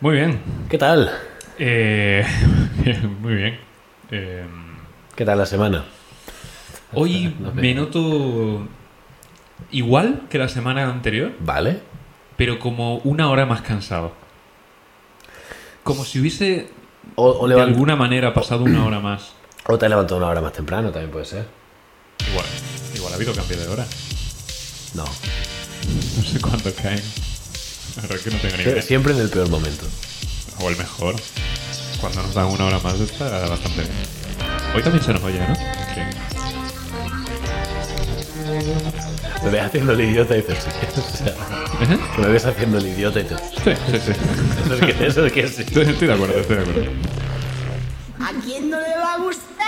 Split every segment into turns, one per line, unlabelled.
Muy bien.
¿Qué tal?
Eh, muy bien. Eh,
¿Qué tal la semana?
hoy me noto igual que la semana anterior,
¿Vale?
pero como una hora más cansado. Como si hubiese
O, o,
de
levant-
alguna manera pasado una hora más.
o te has levantado una hora más temprano, también puede ser.
Igual, igual ha habido cambio de hora.
No.
No sé cuántos caen. La verdad es que no tengo ni
Sie-
idea.
Siempre en el peor momento.
O el mejor. Cuando nos dan una hora más está bastante bien. Hoy también se nos oye, ¿no? Sí.
Me ves haciendo el idiota y dices, sí. O sea,
Ajá.
me ves haciendo el idiota y dices,
Sí, sí, sí.
eso es que, eso es que sí.
Estoy, estoy de acuerdo, estoy de acuerdo.
¿A quién no le va a gustar?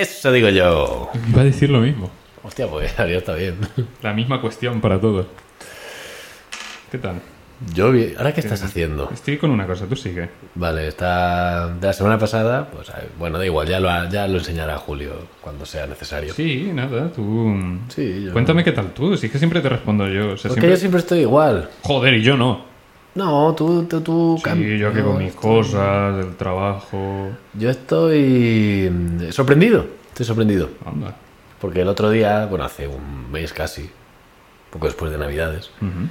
Eso digo yo.
Va a decir lo mismo.
Hostia, pues adiós, está bien.
La misma cuestión para todos. ¿Qué tal?
Yo vi- ¿Ahora qué estás haciendo?
Estoy con una cosa, tú sigue.
Vale, está de la semana pasada, pues eh, bueno, da igual, ya lo, ha- ya lo enseñará Julio cuando sea necesario.
Sí, nada, tú.
Sí, yo-
Cuéntame qué tal tú, si es que siempre te respondo yo. o sea,
Porque
siempre-
yo siempre estoy igual.
Joder, y yo no.
No, tú, tú, tú. cam-
Sí, yo que
no,
con mis cosas, el trabajo.
Yo estoy mm, sorprendido, estoy sorprendido.
Anda.
Porque el otro día, bueno, hace un mes casi, poco después de Navidades,
Ujú.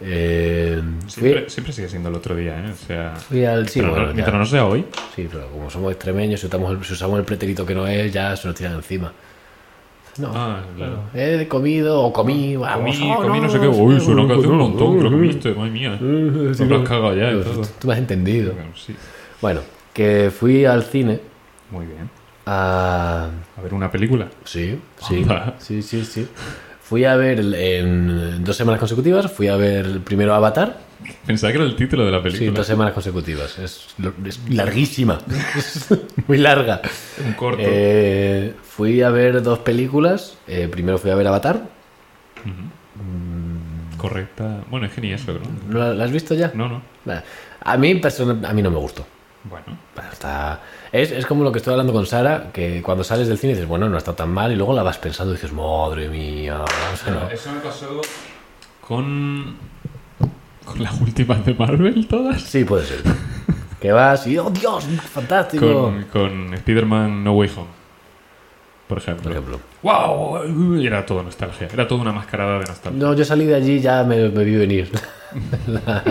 eh, fui,
Siempre, siempre sigue siendo el otro día, ¿eh? O sea.
fui al... Sí,
mientras,
bueno,
no,
ya.
mientras no sea hoy.
Sí, pero como somos extremeños, si usamos, el, si usamos el pretérito que no es, ya se nos tiran encima. No,
Ah, claro.
he comido o comí, vamos,
Comí,
oh,
comí no,
no,
sé qué.
no,
Uy,
no,
suena que hace un
no,
montón que lo
no,
comiste, madre mía.
no,
Te
sí,
lo has
no.
cagado ya y todo.
Tú me has entendido.
Bueno, sí.
Bueno, que fui al cine
Muy bien.
a...
A ver una película.
Sí, sí,
Anda.
sí, sí, sí. Fui a ver el- en dos semanas consecutivas, fui a ver primero Avatar,
Pensaba que era el título de la
sí,
película.
dos semanas consecutivas. Es, lo- es larguísima, es muy larga.
un corto.
Eh, fui a ver dos películas. Eh, primero fui a ver Avatar.
Correcta. Bueno, es que ni eso, ¿no?
¿No la, la has visto ya?
No, no.
Vale. A mí persona- a mí no me gustó.
Bueno.
Bueno, está- Es, es como lo que estoy hablando con Sara, que cuando sales del cine dices, bueno, no ha estado tan mal, y luego la vas pensando y dices, madre mía, o sea, no.
Eso me pasó con. con las últimas de Marvel todas.
Sí, puede ser. que vas y, oh Dios, fantástico.
Con, con Spider-Man No Way Home. Por ejemplo.
Por ejemplo.
¡Wow! Y Era todo nostalgia. Era toda una mascarada de nostalgia.
No, yo salí de allí ya me, me vi venir. La-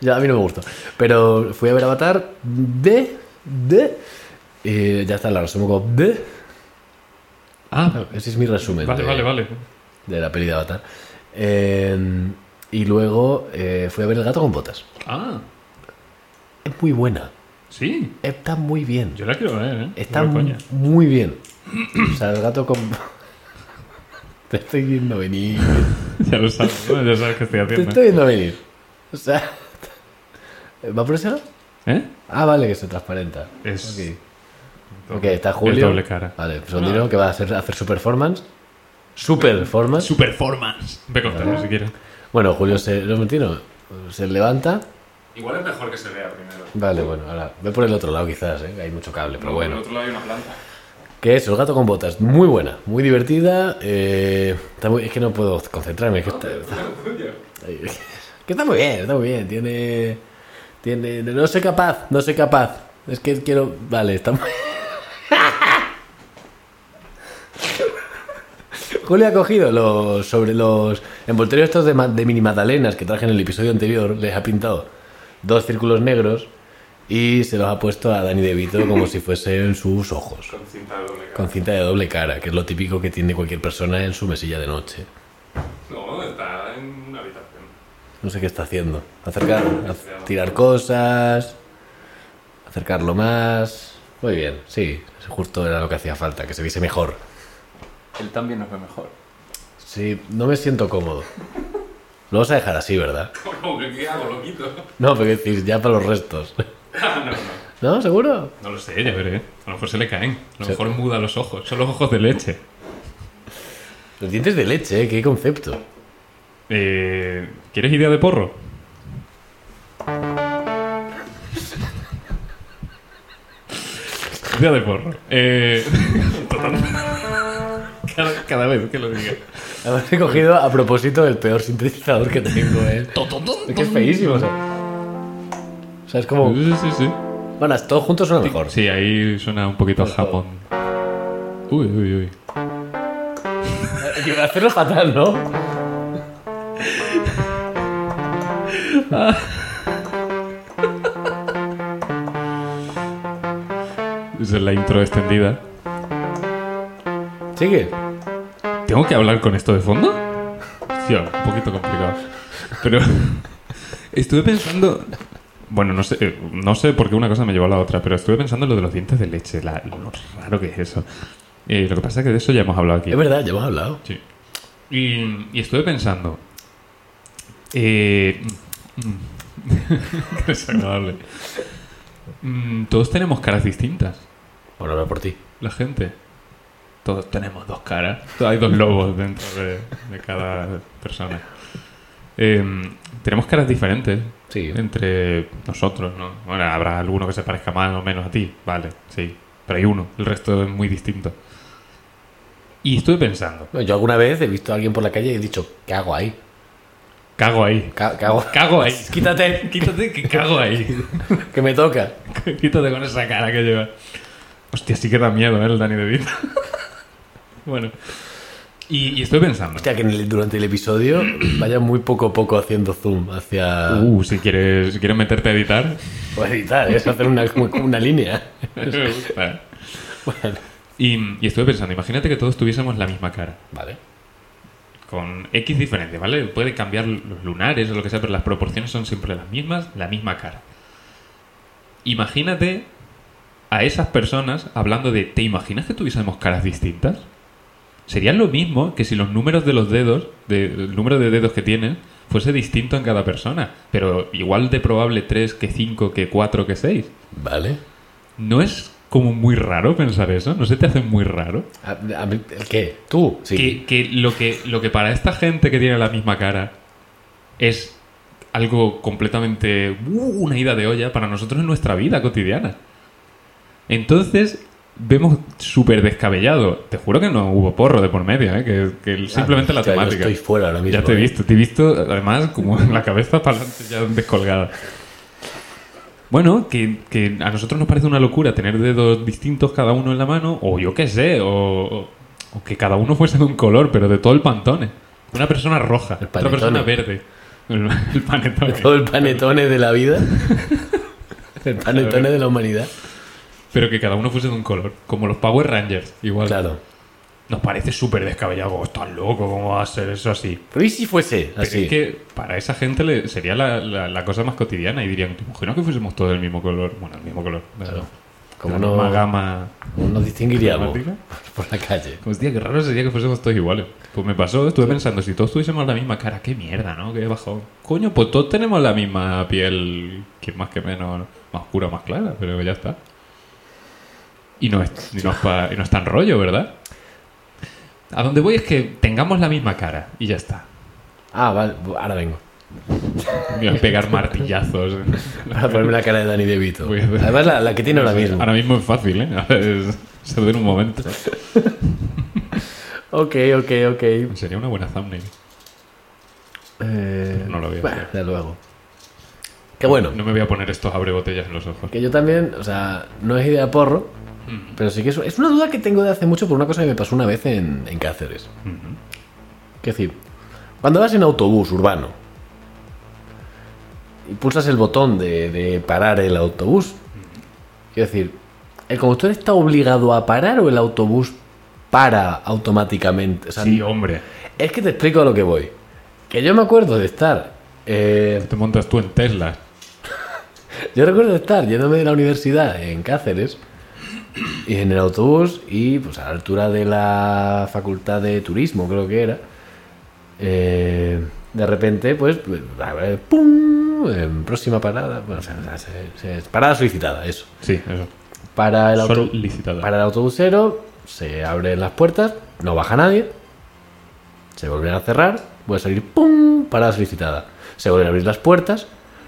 ya a mí no me gustó. Pero fui a ver Avatar de. de. eh, ya está, la resumo como de.
Ah,
Ese es mi resumen
vale,
de,
vale, vale.
de la peli de Avatar. Eh, y luego eh, fui a ver El gato con botas.
Ah,
Es muy buena.
sí.
Está muy bien.
Yo la quiero ver, ¿eh?
Está
No me
mu-
coña.
muy bien. O sea, el gato con. Te estoy viendo venir.
Ya lo sabes, ¿no? ya sabes que estoy
Te
haciendo.
estoy viendo venir. O sea. ¿Va por eso?
¿Eh?
Ah, vale, que se transparenta.
Es-
Ok, Ok, está Julio.
doble cara.
Vale, pues Ondino, que va a hacer, a hacer su performance. Su performance.
Superformance. Ve contando si quieres.
Bueno, Julio se. No mentiro. Se levanta.
Igual es mejor que se vea primero.
Vale, bueno, ahora. Ve por el otro lado quizás, ¿eh? que hay mucho cable, pero bueno.
otro lado hay una planta.
Que es el gato con botas. Muy buena, muy divertida. eh, está muy- es que no puedo concentrarme. es que está, que está muy bien, está muy bien. Tiene. Tiene. No soy capaz, no soy capaz. Es que quiero. Vale, está muy. Julio ha cogido los. sobre los envoltorios estos de, ma- de mini magdalenas que traje en el episodio anterior. Les ha pintado dos círculos negros. Y se los ha puesto a Dani DeVito como si fuesen sus ojos. Con cinta de doble cara. Con cinta de doble cara, que es lo típico que tiene cualquier persona en su mesilla de noche.
No, está en una habitación.
No sé qué está haciendo. Acercar, a- tirar cosas, acercarlo más. Muy bien, sí, justo era lo que hacía falta, que se viese mejor.
Él también nos ve mejor.
Sí, no me siento cómodo. Lo vas a dejar así, ¿verdad?
¿Cómo que qué hago, loquito? Ah,
No, pero quiero decir, ya para los restos. no, ¿Seguro?
No lo sé, ya veré. A lo mejor se le caen. A lo
Sí.
mejor muda los ojos. Son los ojos de leche.
Los dientes de leche, ¿eh? qué concepto.
Eh, ¿Quieres idea de porro? idea de porro. Eh, cada, cada vez que lo diga.
Además, he cogido a propósito el peor sintetizador que tengo, ¿eh? Es que es feísimo, o sea. O sea, sea, es
Oh.
como.
Sí, sí, sí.
Bueno, todos juntos suena mejor.
Sí, ahí suena un poquito a Japón. Uy, uy, uy.
Y va a hacerlo fatal, ¿no?
Esa es la intro extendida.
Sigue.
¿Tengo que hablar con esto de fondo? Tío, un poquito complicado. Pero estuve pensando... Bueno, no sé, eh, no sé por qué una cosa me llevó a la otra, pero estuve pensando en lo de los dientes de leche, la- lo raro que es eso. Eh, lo que pasa es que de eso ya hemos hablado aquí.
Es verdad, ya hemos hablado.
Sí. Y, y estuve pensando... Eh, qué desagradable. Mm, Todos tenemos caras distintas.
Bueno, habla por ti.
la gente. Todos tenemos dos caras. Hay dos lobos dentro de, de cada persona. Eh, tenemos caras diferentes
Sí.
entre nosotros, ¿no? Bueno, habrá alguno que se parezca más o menos a ti, vale, sí. Pero hay uno, el resto es muy distinto. Y estuve pensando,
Yo alguna vez he visto a alguien por la calle y he dicho, ¿qué hago ahí?
cago ahí,
Ca- ¿Qué hago?
cago ahí,
Quítate,
quítate que cago ahí,
que me toca.
quítate con esa cara que lleva. Hostia, sí que da miedo, ¿eh? El Dani de Vita. bueno, y, y estuve pensando.
Hostia, que en el- durante el episodio vaya muy poco a poco haciendo zoom hacia.
Uh, si quieres, si quieres meterte a editar.
O editar, ¿eh? es hacer una, como- como una línea.
me gusta.
Bueno,
y, y estuve pensando, imagínate que todos tuviésemos la misma cara,
vale.
con X diferencia, ¿vale? Puede cambiar los lunares o lo que sea, pero las proporciones son siempre las mismas, la misma cara. Imagínate a esas personas hablando de, ¿te imaginas que tuviésemos caras distintas? Sería lo mismo que si los números de los dedos, de- el número de dedos que tienen, fuese distinto en cada persona, pero igual de probable 3 que 5, que 4, que 6.
Vale.
¿No es como muy raro pensar eso? ¿No se te hace muy raro?
A- a mí- ¿El qué? ¿Tú? Sí.
Que, que lo que lo que para esta gente que tiene la misma cara es algo completamente uh, una ida de olla para nosotros en nuestra vida cotidiana. Entonces vemos súper descabellado. Te juro que no hubo porro de por medio, ¿eh? que, que el- simplemente la
Hostia, yo
temática.
estoy fuera ahora mismo.
Ya te he
¿eh?
visto, te he visto además como la cabeza para adelante ya descolgada. Bueno, que, que a nosotros nos parece una locura tener dedos distintos cada uno en la mano, o yo qué sé, o, o- o que cada uno fuese de un color, pero de todo el pantone. Una persona roja,
El
otra persona
panetone.
verde. El, el panetone.
Todo el panetone de la vida. El panetone de la humanidad.
Pero que cada uno fuese de un color, como los Power Rangers, igual.
Claro.
Nos parece súper descabellado, como, estás loco, ¿cómo va a ser eso así?
Pero ¿y si fuese
Pero
así?
es que para esa gente le- sería la, la- la cosa más cotidiana y dirían, ¿te imaginas que fuésemos todos del mismo color? Bueno, el mismo color.
Claro.
Como
Como
una
no,
misma gama.
como no distinguiríamos
¿Temática?
Pues por la calle.
Como, hostia, qué raro sería que fuésemos todos iguales. Pues me pasó, estuve pensando, si todos tuviésemos la misma cara, qué mierda, ¿no? Qué bajón. Coño, pues todos tenemos la misma piel, que más que menos, más oscura, más clara, pero ya está. Y no es, y no es, pa- y no es tan rollo, ¿verdad? A donde voy es que tengamos la misma cara y ya está.
Ah, vale, ahora vengo.
Voy a pegar martillazos.
Para ponerme la cara de Danny DeVito.
Voy a ver.
Además, la, la que tiene ahora mismo.
Ahora mismo es fácil, ¿eh? Ahora es- se ve en un momento.
Ok, ok, ok.
Sería una buena thumbnail.
Eh,
No lo voy a
bueno,
hacer.
de luego. Qué bueno.
No me voy a poner estos abre botellas en los ojos.
Que yo también, o sea, no es idea porro, pero sí que es, es una duda que tengo de hace mucho por una cosa que me pasó una vez en, en Cáceres. Que decir, cuando vas en autobús urbano y pulsas el botón de, de parar el autobús, quiero decir, ¿el conductor está obligado a parar o el autobús para automáticamente? O sea,
Sí, hombre.
es que te explico a lo que voy. Que yo me acuerdo de estar eh,
Te montas tú en Tesla.
Yo recuerdo estar yéndome de la universidad en Cáceres y en el autobús y pues a la altura de la facultad de turismo creo que era eh, de repente pues pues, a ver, pum en próxima parada bueno, o sea, se- se- se- parada solicitada eso
Sí, eso.
para el, auto-
Solicitada.
para el autobusero se abren las puertas no baja nadie se vuelven a cerrar vuelve a salir pum parada solicitada se vuelven a abrir las puertas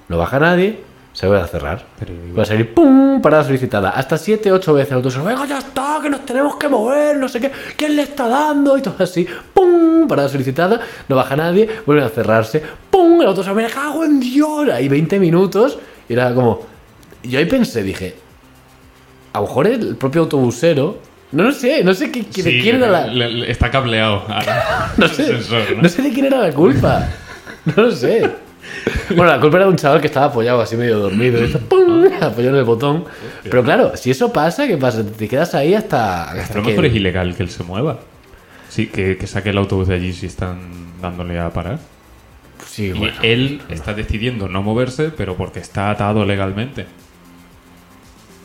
no baja nadie se vuelve a cerrar
Pero
Va a salir pum, parada solicitada. Hasta 7, 8 veces el autobús. Venga, ya está, que nos tenemos que mover, no sé qué. ¿Quién le está dando? Y todo así. Pum, parada solicitada. No baja nadie, vuelven a cerrarse. Pum, el autobús. Me cago en Dios. Ahí 20 minutos. Y era como, yo ahí pensé, dije, a lo mejor el propio autobusero, no lo sé, no sé qué, qué- de
Sí,
quién era la,
le- le- está cableado. ahora.
no
El
sé,
sensor, ¿no?
no sé de quién era la culpa, no lo sé. Bueno, la culpa era de un chaval que estaba apoyado así medio dormido, y hizo ¡pum! apoyó en el botón. Pero claro, si eso pasa, ¿qué pasa? Te quedas ahí hasta,
A
hasta
lo mejor es
que...
ilegal que él se mueva. Sí, que, que saque el autobús de allí si están dándole a parar.
Sí,
Y
bueno.
él está decidiendo no moverse, pero porque está atado legalmente.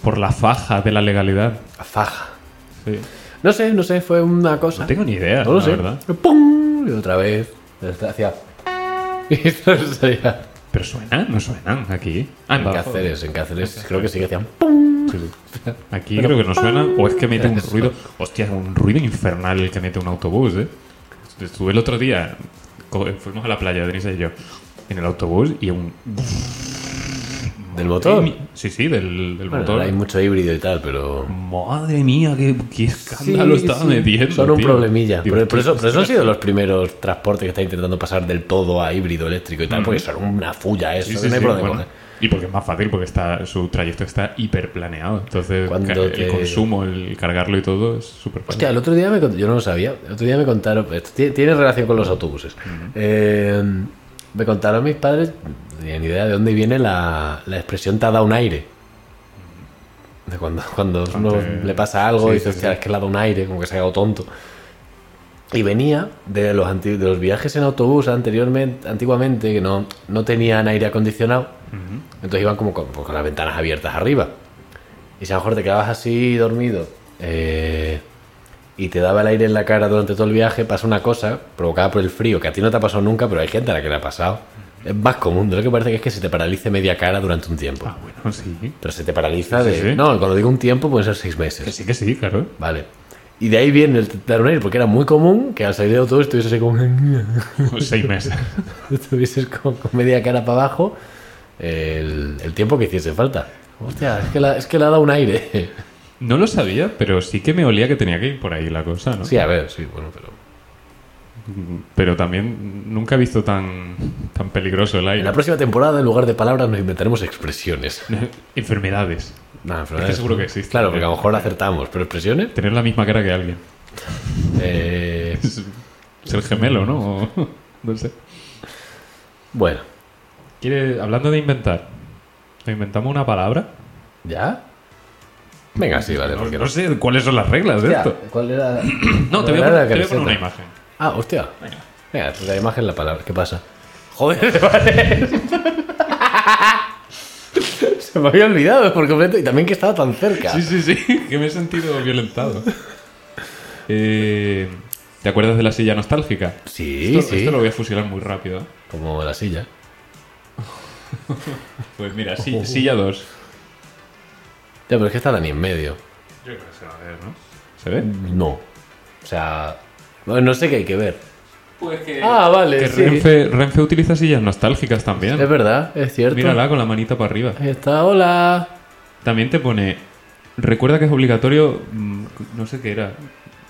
Por la faja de la legalidad.
Faja.
Sí.
No sé, no sé, fue una cosa.
No tengo ni idea,
Ah. No lo
la
sé.
verdad.
¡Pum! Y otra vez. Hacía. Y eso sería.
Pero suenan, no suenan aquí. Ah,
En
bajo.
Cáceres, en Cáceres. Creo que sí que hacían. ¡Pum!
Aquí creo que no suenan. O es que mete un
Eso.
ruido. Hostia, un ruido infernal el que mete un autobús, eh. Estuve el otro día. co- Fuimos a la playa, Denise y yo. En el autobús y un.
Del motor.
Sí, sí, del, del
Bueno,
motor.
ahora hay mucho híbrido y tal, pero.
Madre mía, qué, qué escándalo
Sí,
estaba
sí.
metiendo.
Son un
tío.
problemilla.
Digo,
pero, pero
¿qué-
eso, pero eso han sido los primeros transportes que están intentando pasar del todo a híbrido eléctrico y tal, porque son una fulla eso.
Sí,
que
sí,
no hay
sí,
por dónde
bueno.
coger.
Y porque es más fácil, porque está, su trayecto está hiper planeado. Entonces,
Cuando
ca- el
te-
consumo, el cargarlo y todo es súper fácil.
Hostia, el otro día me cont- yo no lo sabía, el otro día me contaron, esto tie- tiene relación con los autobuses. Eh, me contaron mis padres, no tenía ni idea de dónde viene la, la expresión te ha dado un aire. De cuando, cuando uno
Ante-
le pasa algo
Sí,
y dice,
sí,
"Hostia,
sí.
es que le ha dado un aire, como que se ha quedado tonto. Y venía de los, anti- de los viajes en autobús anteriormente, antiguamente, que no, no tenían aire acondicionado. Entonces iban como con, pues con las ventanas abiertas arriba. Y si a lo mejor te quedabas así dormido eh, y te daba el aire en la cara durante todo el viaje, pasa una cosa provocada por el frío, que a ti no te ha pasado nunca, pero hay gente a la que le ha pasado. Es más común, de lo que parece que es que se te paralice media cara durante un tiempo.
Ah, bueno, sí.
Pero se te paraliza
Sí,
de...
sí.
No, cuando digo un tiempo pueden ser seis meses.
Que sí, que sí, claro.
Vale. Y de ahí viene el dar un aire, porque era muy común que al salir de autobús estuviese así como...
Seis meses.
estuvieses con, con media cara para abajo el, el tiempo que hiciese falta. Hostia, es que, la- es que le ha dado un aire.
No lo sabía, pero sí que me olía que tenía que ir por ahí la cosa, ¿no?
Sí, a ver, sí, bueno, pero...
Pero también nunca he visto tan, tan peligroso el
En
aire.
la próxima temporada, en lugar de palabras, nos inventaremos expresiones.
Enfermedades.
Nah,
Es
enfermedades.
que seguro que ¿eh? existe.
Claro, porque a lo mejor acertamos, pero expresiones...
Tener la misma cara que alguien.
eh,
Es- Ser gemelo, ¿no? O- no sé.
bueno,
¿Quiere, hablando de inventar, ¿nos inventamos una palabra?
¿ya? Venga, sí, vale, porque
No sé cuáles son las reglas de
Hostia,
esto.
¿Cuál era?
No, te voy
¿cuál
a
era
poner,
la
te voy a poner
camiseta?
una imagen.
Ah, hostia. Venga, la imagen, la palabra. ¿Qué pasa? Joder, vale. Se me había olvidado por completo y también que estaba tan cerca.
Sí, sí, sí, que me he sentido violentado. Eh, ¿Te acuerdas de la silla nostálgica?
sí.
esto, esto lo voy a fusilar muy rápido. ¿eh?
Como la silla.
Pues mira, si- silla 2.
Ya, pero es que está Dani en medio.
Yo creo que se va a ver, ¿no? ¿Se ve?
No. O sea, no, no sé qué hay que ver.
Pues que...
Ah, vale, sí.
Renfe, Renfe utiliza sillas nostálgicas también.
Es verdad, es cierto.
Mírala con la manita para arriba.
Ahí está, hola.
También te pone. Recuerda que es obligatorio. mm, No sé qué era.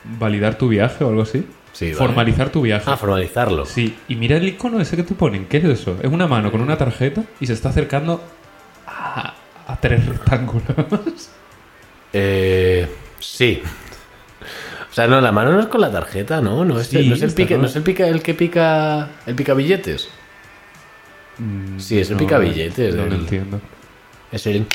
Validar tu viaje o algo así.
Sí, vale.
Formalizar tu viaje.
Ah, formalizarlo.
sí. Y mira el icono ese que te ponen. ¿Qué es eso? Es una mano con una tarjeta y se está acercando a, a tres rectángulos.
Eh, sí. O sea, no, la mano no es con la tarjeta, ¿no? No es,
Sí,
no es el,
está
pica,
con-
no es el, pica, el que pica. El pica billetes. Sí, es el pica billetes.
Mm, No lo
del-
entiendo.
es el.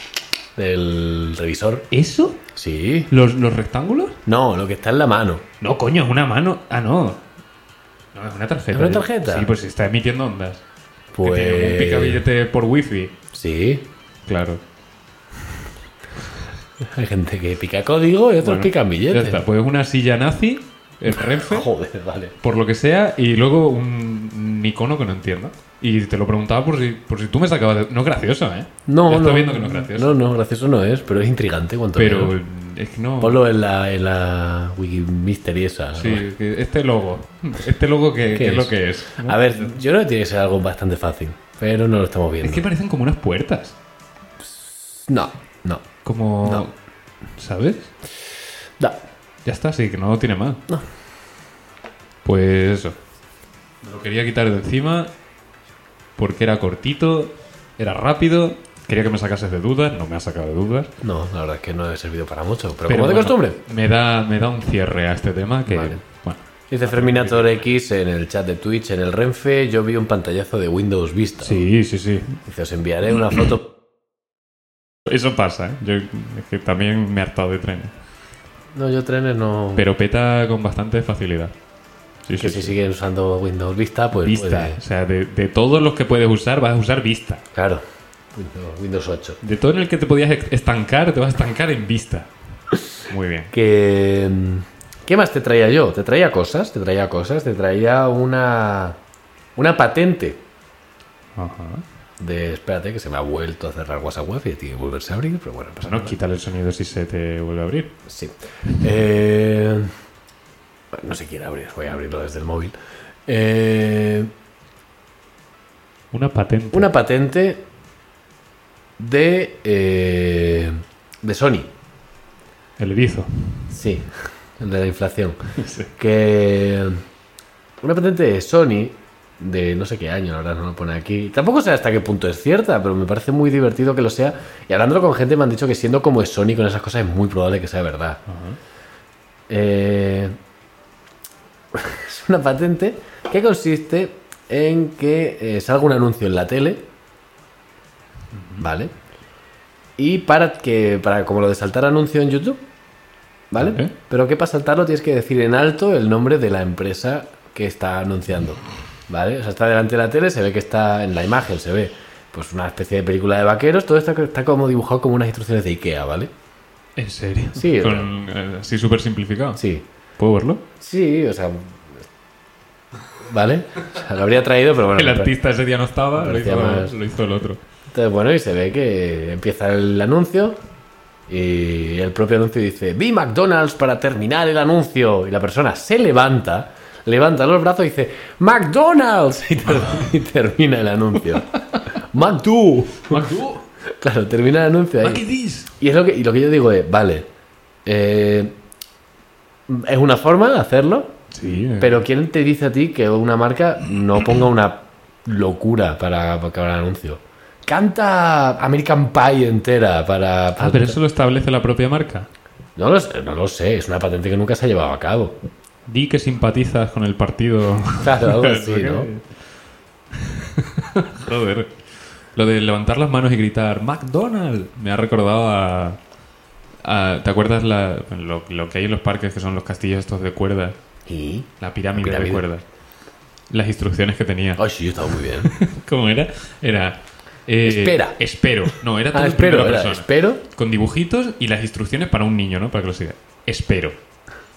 Del revisor.
¿Eso?
Sí.
¿Los, ¿Los rectángulos?
No, lo que está en la mano.
No, coño, es una mano. Ah, no. No, es una tarjeta.
¿Es una tarjeta?
Sí, pues está emitiendo ondas. Que tiene un pica
Pues.
billete por wifi.
Sí.
Claro.
Hay gente que pica código y otros
Bueno,
pican billetes.
Ya está, pues una silla nazi, el Renfe,
Joder, vale.
por lo que sea, y luego un, un icono que no entiendo. Y te lo preguntaba por si, por si tú me sacabas de... No es gracioso, ¿eh?
No,
Ya
no.
estoy viendo que no es gracioso.
No, no, gracioso no es, pero es intrigante cuanto
pero
menos.
es que no...
Ponlo en la, en la Wiki Mystery esa. ¿no?
Sí, que este logo. Este logo que,
¿Qué
que es? lo
es?
que es.
A ver, yo creo que tiene que ser algo bastante fácil, pero no lo estamos viendo.
Es que parecen como unas puertas.
No, no,
Como...
No.
¿Sabes?
no.
Ya está, sí, que no tiene más. Pues eso. Me lo quería quitar de encima porque era cortito, era rápido Quería que me sacases de dudas, no me has sacado de dudas.
No, la verdad es que no he servido para mucho, pero,
Pero
como de
bueno,
costumbre.
Me da, me da un cierre a este tema que.
Vale.
Bueno,
Dice Ferminator X en el chat de Twitch, en el Renfe, yo vi un pantallazo de Windows Vista.
sí, sí, sí.
Dice, os enviaré una foto.
Eso pasa, ¿eh? Yo es que también me he hartado de trenes.
Ah. No, yo trenes no...
Pero peta con bastante facilidad. Sí,
que si siguen usando Windows Vista, pues...
Vista.
puede-
O sea, de, de todos los que puedes usar, vas a usar vista.
Claro, Windows- Windows 8.
De todo en el que te podías ex- estancar, te vas a estancar en vista. Muy bien.
que mm, ¿qué más te traía yo? Te traía cosas, te traía cosas, te traía una una patente
Ajá.
de espérate que se me ha vuelto a cerrar WhatsApp Web y tiene que volverse a abrir, pero bueno, pasa
Bueno,
nada.
quítale el sonido si se te vuelve a abrir.
Sí. Eh, bueno, no se quiere abrir, voy a abrirlo desde el móvil. Eh,
Una patente.
una patente de eh, de Sony.
El erizo.
Sí, el de la inflación.
Sí.
que una patente de Sony de no sé qué año, la verdad no lo pone aquí. Tampoco sé hasta qué punto es cierta, pero me parece muy divertido que lo sea. Y hablándolo con gente me han dicho que siendo como es Sony con esas cosas es muy probable que sea verdad. Eh, es una patente que consiste en que eh, salga un anuncio en la tele, ¿vale? Y para que, para como lo de saltar anuncio en YouTube, ¿vale?
Vale.
Pero que para saltarlo tienes que decir en alto el nombre de la empresa que está anunciando, ¿vale? O sea, está delante de la tele, se ve que está en la imagen, se ve pues una especie de película de vaqueros, todo está, está como dibujado como unas instrucciones de Ikea, ¿vale?
¿En serio?
Sí,
Con, eh, así súper simplificado.
Sí.
¿Puedo verlo?
Sí, o sea. ¿Vale? O sea, lo habría traído, pero bueno.
el artista ese día no estaba,
me
lo hizo,
parecía más-
lo hizo el otro.
Entonces, bueno, y se ve que empieza el anuncio. Y el propio anuncio dice: Vi McDonald's para terminar el anuncio. Y la persona se levanta, levanta los brazos y dice: ¡McDonald's! Y, ter- y termina el anuncio. ¡McDo! Claro, termina el anuncio ahí. Y es lo que, y lo que yo digo es: Vale, eh, es una forma de hacerlo,
Sí, eh.
Pero ¿quién te dice a ti que una marca no ponga una locura para para el anuncio? Canta American Pie entera para...
Ah, pero eso lo establece la propia marca.
no, lo sé, no lo sé, es una patente que nunca se ha llevado a cabo.
Di que simpatizas con el partido.
Claro, algo así,
Porque-
¿no?
Joder. Lo de levantar las manos y gritar McDonald's me ha recordado a. a- ¿Te acuerdas la- lo, lo que hay en los parques que son los castillos estos de cuerdas?
¿Y?
La pirámide,
La pirámide. Ah.
de cuerdas. Las instrucciones que tenía.
Ay, sí, estaba muy bien. Ah,
¿Cómo era? Era. eh,
Espera.
Espero. No, era todo
Ah,
en primera
espero, era,
persona.
espero.
Con dibujitos y las instrucciones para un niño, ¿no? Para que lo siga. Espero.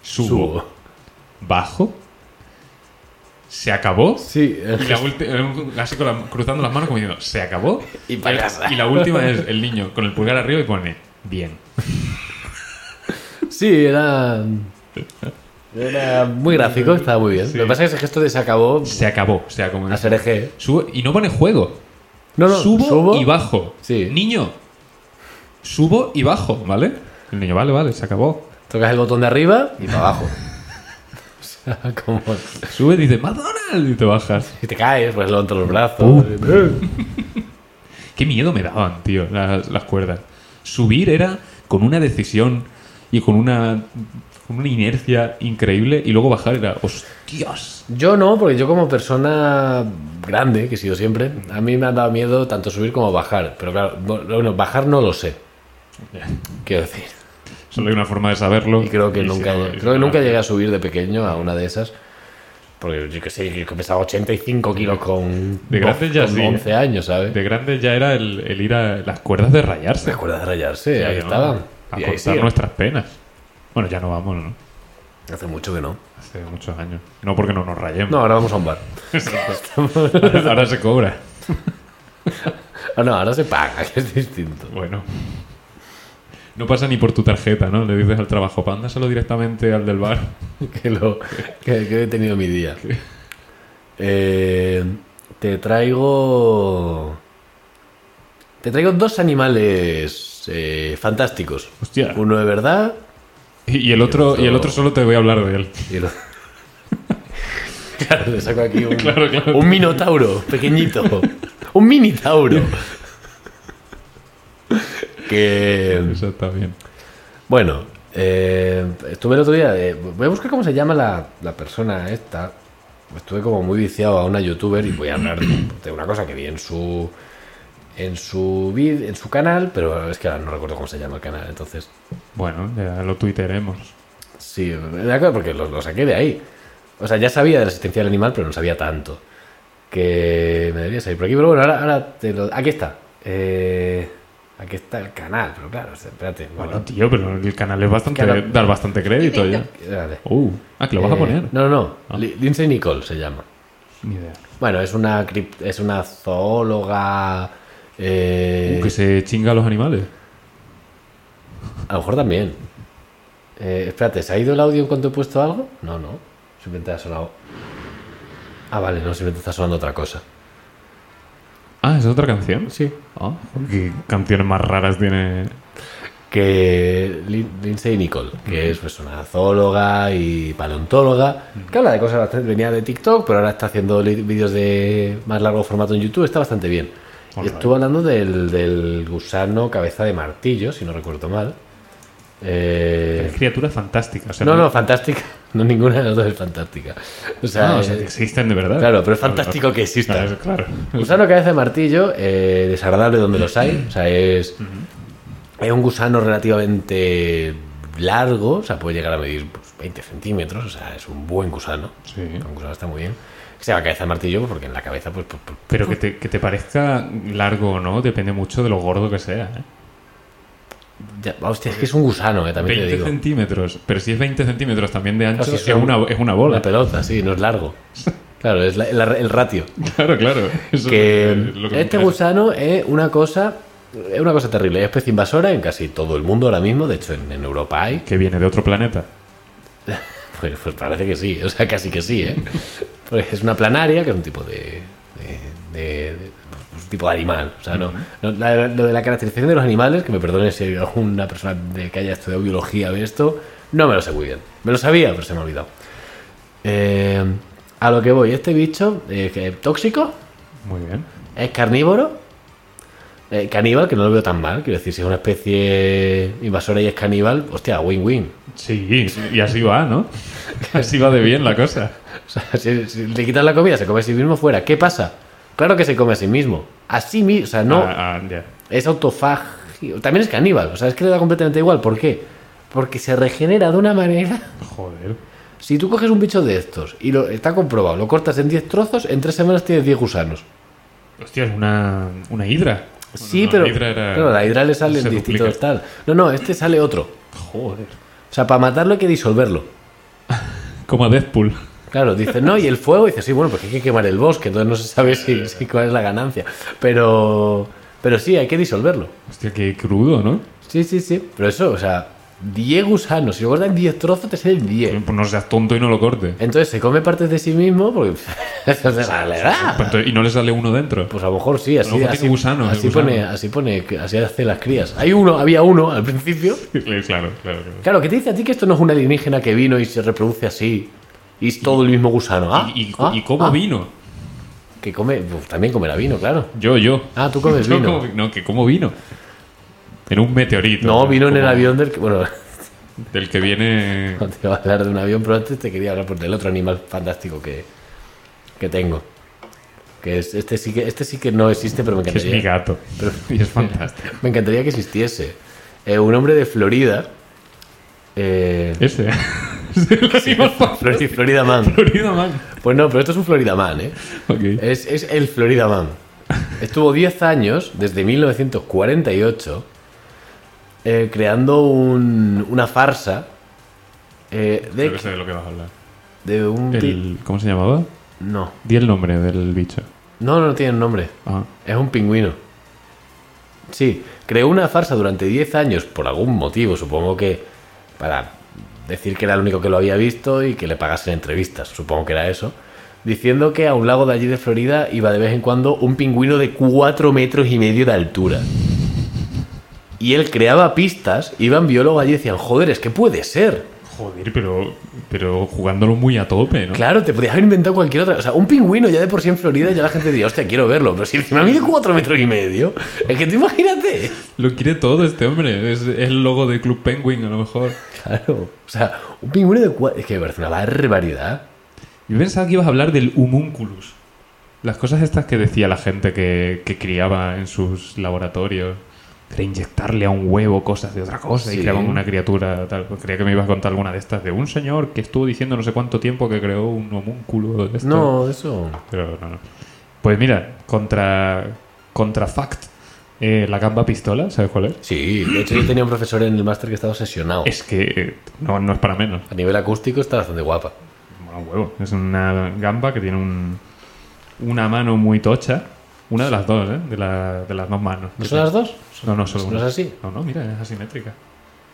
Subo.
Subo. Bajo. Se acabó.
Sí,
Y la ulti- eh, así con la- cruzando las manos como diciendo, se acabó.
Y pa'
el-
casa.
y la última es el niño con el pulgar arriba y pone, bien.
sí, era... Era muy gráfico, estaba muy bien. Lo que pasa es que ese gesto de se acabó
Se acabó. O sea, como...
a ser eje.
Subo- y no pone juego.
No, no,
subo, y bajo.
Sí.
Niño, subo y bajo, ¿vale? El niño, vale, vale, se acabó.
Tocas el botón de arriba y para abajo. o sea, como...
Sube y dice, McDonald's, y te bajas.
Si te caes, pues lo entre los brazos.
Uh. Qué miedo me daban, tío, las, las cuerdas. Subir era con una decisión y con una, con una inercia increíble y luego bajar era, hostias.
Yo no, porque yo como persona grande, que he sido siempre, a mí me ha dado miedo tanto subir como bajar. Pero claro, bueno, bajar no lo sé. Quiero decir.
Solo hay una forma de saberlo.
Y creo que
Y si
nunca,
no- y si
creo que
no-
nunca llegué a subir de pequeño a una de esas. Porque yo que sé, yo que pesaba 85 kilos con,
De grande ya
con
sí, ¿eh?
11 años, ¿sabes?
De grande ya era el, el ir a las cuerdas de rayarse.
¿Te acuerdas de rayarse? ahí
¿no?
estaban.
A
Y ahí
cortar
siguen.
nuestras penas. Bueno, ya no vamos, ¿no?
Hace mucho que no.
Hace muchos años. No porque no nos rayemos.
No, ahora vamos a un bar.
Ahora, ahora se cobra.
Ah, no, ahora se paga, que es distinto.
Bueno. No pasa ni por tu tarjeta, ¿no? Le dices al trabajo, pándaselo directamente al del bar.
que, lo, que, que he tenido mi día. Eh, te traigo. Te traigo dos animales eh, fantásticos.
Hostia.
Uno de verdad
Y, y el otro, y el otro solo te voy a hablar de él.
y el otro. Claro, le saco aquí un,
Claro, claro.
un minotauro pequeñito. Un minitauro. Que.
Eso está bien.
Bueno, eh, estuve el otro día. eh, voy a buscar cómo se llama la, la persona esta. Estuve como muy viciado a una youtuber y voy a hablar de una cosa que vi en su. En su vid, en su canal, pero es que ahora no recuerdo cómo se llama el canal, entonces.
Bueno, ya lo tuiteremos.
Sí, de acuerdo, porque lo, lo saqué de ahí. O sea, ya sabía de la existencia del animal, pero no sabía tanto. Que me debería salir por aquí, pero bueno, ahora, ahora te lo. Aquí está. Eh, aquí está el canal, pero claro, espérate.
Bueno, tío, pero el canal es bastante.
Canal.
dar bastante crédito ya.
Espérate.
Uh, ah, que lo vas a
Eh,
poner. Ah.
No, no, no. Li- Lindsay Nicole se llama.
Ni idea.
Bueno, es una, cript- es una zoóloga. eh,
Uh, que se chinga a los animales.
A lo mejor también. Eh, espérate, ¿se ha ido el audio en cuanto he puesto algo? No, no. Simplemente ha sonado. Ah, vale, no, simplemente está sonando otra cosa.
Ah, es otra canción.
Sí.
Ah, qué canciones más raras tiene.
Eh, Que Lin- Lindsay Nicole, que es pues, una zoóloga y paleontóloga, que habla de cosas bastante. Venía de TikTok, pero ahora está haciendo li- vídeos de más largo formato en YouTube, está bastante bien. Y
Alright.
estuvo hablando del, del gusano cabeza de martillo, si no recuerdo mal. Eh,
Es criatura fantástica. O sea,
no, no, fantástica. No, ninguna de las dos es fantástica. O sea,
Ah, o sea,
eh,
que existen de verdad.
Claro, pero es fantástico que existan.
Claro, claro.
Gusano cabeza de martillo, eh, desagradable donde los hay. O sea, es, es un gusano relativamente largo, o sea, puede llegar a medir pues, 20 centímetros, o sea, es un buen gusano.
Sí.
Un gusano está muy bien. Que se llama cabeza de martillo pues, porque en la cabeza, pues, pues, pues,
Pero que te, que te parezca largo o no, depende mucho de lo gordo que sea. ¿eh?
ya- hostia, es que es un gusano, eh, también te
20
digo.
centímetros. Pero si es 20 centímetros también de ancho,
Claro, si
es,
son-
una, es una
Una
bola.
pelota, sí, no es largo. Claro, es la- la- el ratio.
Claro, claro. Eso
que
es lo que me parece.
este gusano es una cosa es una cosa terrible es especie invasora en casi todo el mundo ahora mismo de hecho en, en Europa hay
Que viene de otro planeta.
pues, pues parece que sí o sea casi que sí ¿eh? Pues es una planaria que es un tipo de, de- de- de- un tipo de animal o sea no, no- la- lo de la caracterización de los animales que me perdone si alguna persona de que haya estudiado biología ve esto no me lo sé muy bien me lo sabía pero se me ha olvidado Eh, a lo que voy este bicho eh, que es tóxico
Muy bien.
¿Es carnívoro? Eh, caníbal, que no lo veo tan mal. Quiero decir, si es una especie invasora y es caníbal, hostia, win-win.
Sí, y así va, ¿no? Así va de bien la cosa.
O sea, si, si le quitas la comida, se come a sí mismo fuera. ¿Qué pasa? Claro que se come a sí mismo. A sí mismo, o sea, no.
Ah, ah, ya.
Es autofagio. También es caníbal, o sea, es que le da completamente igual. ¿Por qué? Porque se regenera de una manera.
Joder.
Si tú coges un bicho de estos y lo está comprobado, lo cortas en 10 trozos, en 3 semanas tienes 10 gusanos.
Hostia, es una, una hidra.
Sí,
Bueno, no,
pero.
La hidra era-
claro, la hidra le sale
se
en distintos
duplica.
tal. No, no, este sale otro.
Joder.
O sea, para matarlo hay que disolverlo.
Como a Deadpool.
Claro, dice, no, y el fuego, dice, sí, bueno, porque hay que quemar el bosque, entonces no se sabe si, si cuál es la ganancia. Pero, pero sí, hay que disolverlo.
Hostia, qué crudo, ¿no?
Sí, sí, sí. Pero eso, o sea, 10 gusanos, si lo cortas en 10 trozos, te salen 10.
Pues no seas tonto y no lo corte.
Entonces se come partes de sí mismo, porque. eso se la- la edad.
Pues entonces- y no le sale uno dentro.
Pues a lo mejor sí, así,
mejor tiene
así,
gusanos, el
así
gusano.
pone, así pone, que- así hace las crías. Hay uno, había uno al principio.
Claro, claro, claro.
Claro, ¿qué te dice a ti que esto no es un alienígena que vino y se reproduce así? Y es todo el mismo gusano. Ah,
¿Y, y,
ah,
y cómo
ah.
vino?
Que come, pues, también comerá vino, claro.
Yo, yo.
Ah, tú comes
Yo
vino.
como- no, que cómo vino. En un meteorito.
No, vino en el
Como
avión del que. Bueno,
Del que viene.
no te iba a hablar de un avión, pero antes te quería hablar por del otro animal fantástico que, que tengo. Que es, este, sí que, este sí que no existe, pero me
Que es mi
encantaría.
gato. Y es fantástico.
Me encantaría que existiese. Eh, un hombre de Florida. Eh,
Ese. Es el animal más
Flor- Florida Man.
Florido, man.
Pues no, pero esto es un Florida Man, ¿eh?
Ok.
Es, es el Florida Man. Estuvo 10 años, desde 1948, eh, creando un- una farsa eh,
Creo que
de,
sé de lo que vas a hablar.
de un... pi-
El- ¿Cómo se llamaba?
No.
Di el nombre del bicho.
no, no tiene nombre.
Ah.
Es un pingüino. Sí, creó una farsa durante 10 años por algún motivo, supongo que para decir que era el único que lo había visto y que le pagasen entrevistas, supongo que era eso, diciendo que a un lago de allí de Florida iba de vez en cuando un pingüino de 4 metros y medio de altura. Y él creaba pistas, iban biólogos allí y decían, joder, es que puede ser.
Joder, pero, pero jugándolo muy a tope, ¿no?
Claro, te podías haber inventado cualquier otra. O sea, un pingüino ya de por sí en Florida, ya la gente diría, hostia, quiero verlo. Pero si encima mide cuatro metros y medio, es que tú imagínate.
Lo quiere todo este hombre. Es, es el logo de Club Penguin, a lo mejor.
Claro. O sea, un pingüino de cuatro. Es que me parece una barbaridad.
Yo pensaba que ibas a hablar del humunculus. Las cosas estas que decía la gente que, que criaba en sus laboratorios. Era inyectarle a un huevo cosas de otra cosa
Sí.
y creaban una criatura tal. Pues creía que me ibas a contar alguna de estas de un señor que estuvo diciendo no sé cuánto tiempo que creó un homúnculo de esto.
No, eso.
Pero no, no. Pues mira, contra, contra Fact, eh, la gamba pistola, ¿sabes cuál es?
Sí, de hecho yo tenía un profesor en el máster que estaba obsesionado.
Es que eh, no, no es para menos.
A nivel acústico está bastante guapa.
Mola un huevo. Es una gamba que tiene un, una mano muy tocha. Una de las dos, ¿eh? De, la- de las dos manos.
¿No son las dos?
No, no, solo
¿No
una.
es así?
No, no, mira, es asimétrica.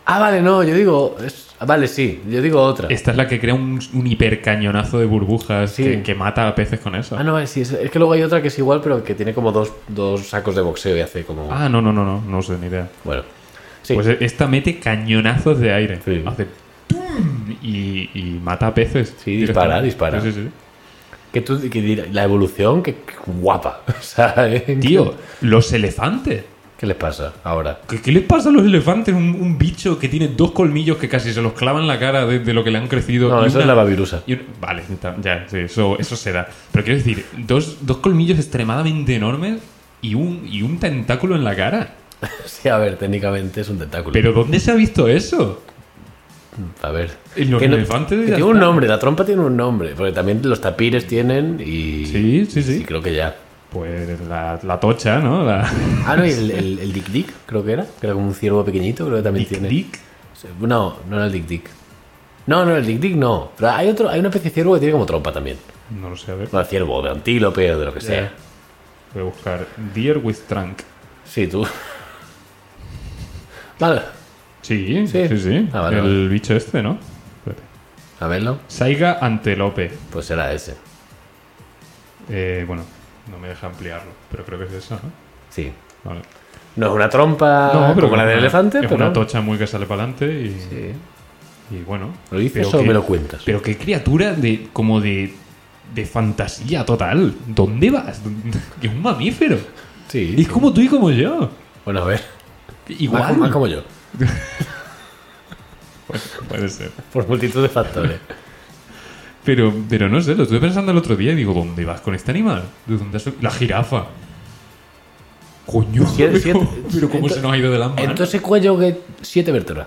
Ah, vale, no, yo digo. es- ah, Vale, sí, yo digo otra.
Esta es la que crea un, un hipercañonazo de burbujas
Sí.
que, que mata a peces con eso.
Ah, no, vale, sí, es, es que luego hay otra que es igual, pero que tiene como dos, dos sacos de boxeo y hace como.
Ah, no, no, no, no, no sé ni idea.
Bueno. Sí.
Pues esta mete cañonazos de aire.
Sí.
Hace ¡tum! y, y mata a peces.
Sí, dispara,
directamente.
dispara.
Sí, sí, sí.
Que tú, que dir- la evolución, que, que guapa. O sea, ¿eh?
Tío, los elefantes.
¿Qué les pasa ahora?
¿Qué, qué les pasa a los elefantes? Un, un bicho que tiene dos colmillos que casi se los clavan en la cara de, de lo que le han crecido.
No,
y
eso
una-
es la babirusa.
y un- vale, está- ya, sí, eso, eso se da. Pero quiero decir, dos, dos colmillos extremadamente enormes y un, y un tentáculo en la cara.
Sí, a ver, técnicamente es un tentáculo.
¿Pero dónde se ha visto eso?
a ver.
¿Y los elefantes
que
ya
tiene un
están?
nombre, la trompa tiene un nombre. Porque también los tapires tienen y.
Sí, sí, sí.
Sí, creo que ya.
Pues la, la tocha, ¿no? La
Ah, no, y el, el, el Dick Dick, creo que era. Que era como un ciervo pequeñito, creo que también
Dick
tiene.
Dick.
Sí, No, no era el Dick Dick. No, no, el Dick Dick no. Pero hay, otro, hay una especie de ciervo que tiene como trompa también.
No lo sé, a ver.
Bueno, ciervo, de antílope o de lo que sea.
Eh, Voy a buscar Deer with Trunk.
Sí, tú. Vale,
Sí,
Sí.
sí, sí.
Ah, vale,
el
vale.
bicho este, ¿no? Espérate.
a verlo.
Saiga Antelope.
Pues será ese.
Eh, bueno, no me deja ampliarlo, pero creo que es esa, ¿no?
Sí.
Vale.
No es una trompa Ah, como la
es una-
del elefante,
es
pero.
una tocha muy que sale para adelante y,
Sí.
y bueno.
¿Lo dices
pero
o
qué-
me lo cuentas?
Pero qué criatura de como de, de fantasía total. ¿Dónde vas? Que es un mamífero.
Sí.
Es como tú y como yo.
Bueno, a ver. Más,
Igual.
más como ah, yo.
Puede ser.
Por multitud de factores.
Pero, pero no sé, lo estuve pensando el otro día y digo, ¿dónde vas con este animal? ¿De dónde has- La jirafa. Coño,
Siete-
pero,
siete-
pero cómo se nos ha ido de las manos.
Entonces, cuello que. Siete vértebras.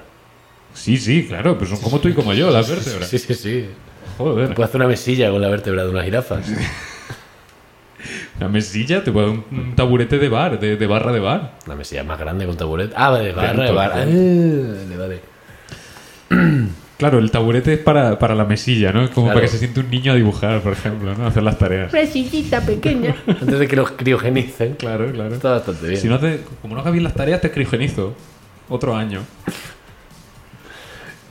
Sí, sí, claro, pero son como tú y como yo, las vértebras.
Sí, sí, sí.
Joder.
Puedes hacer una mesilla con la vértebra de una jirafa.
Una mesilla, te puede dar un, un taburete de bar, de, de barra de bar.
Una mesilla más grande con taburete. Ah, vale, barra, de
Dentro,
barra. Ah, Vale, vale.
Claro, el taburete es para, para la mesilla, ¿no? Es como
Claro.
para que se siente un niño a dibujar, por ejemplo, ¿no? A hacer las tareas.
Precisita pequeña.
Antes de que los criogenicen.
Claro, claro.
Está bastante bien.
Si no hace- como no hagas bien las tareas, te criogenizo. Otro año.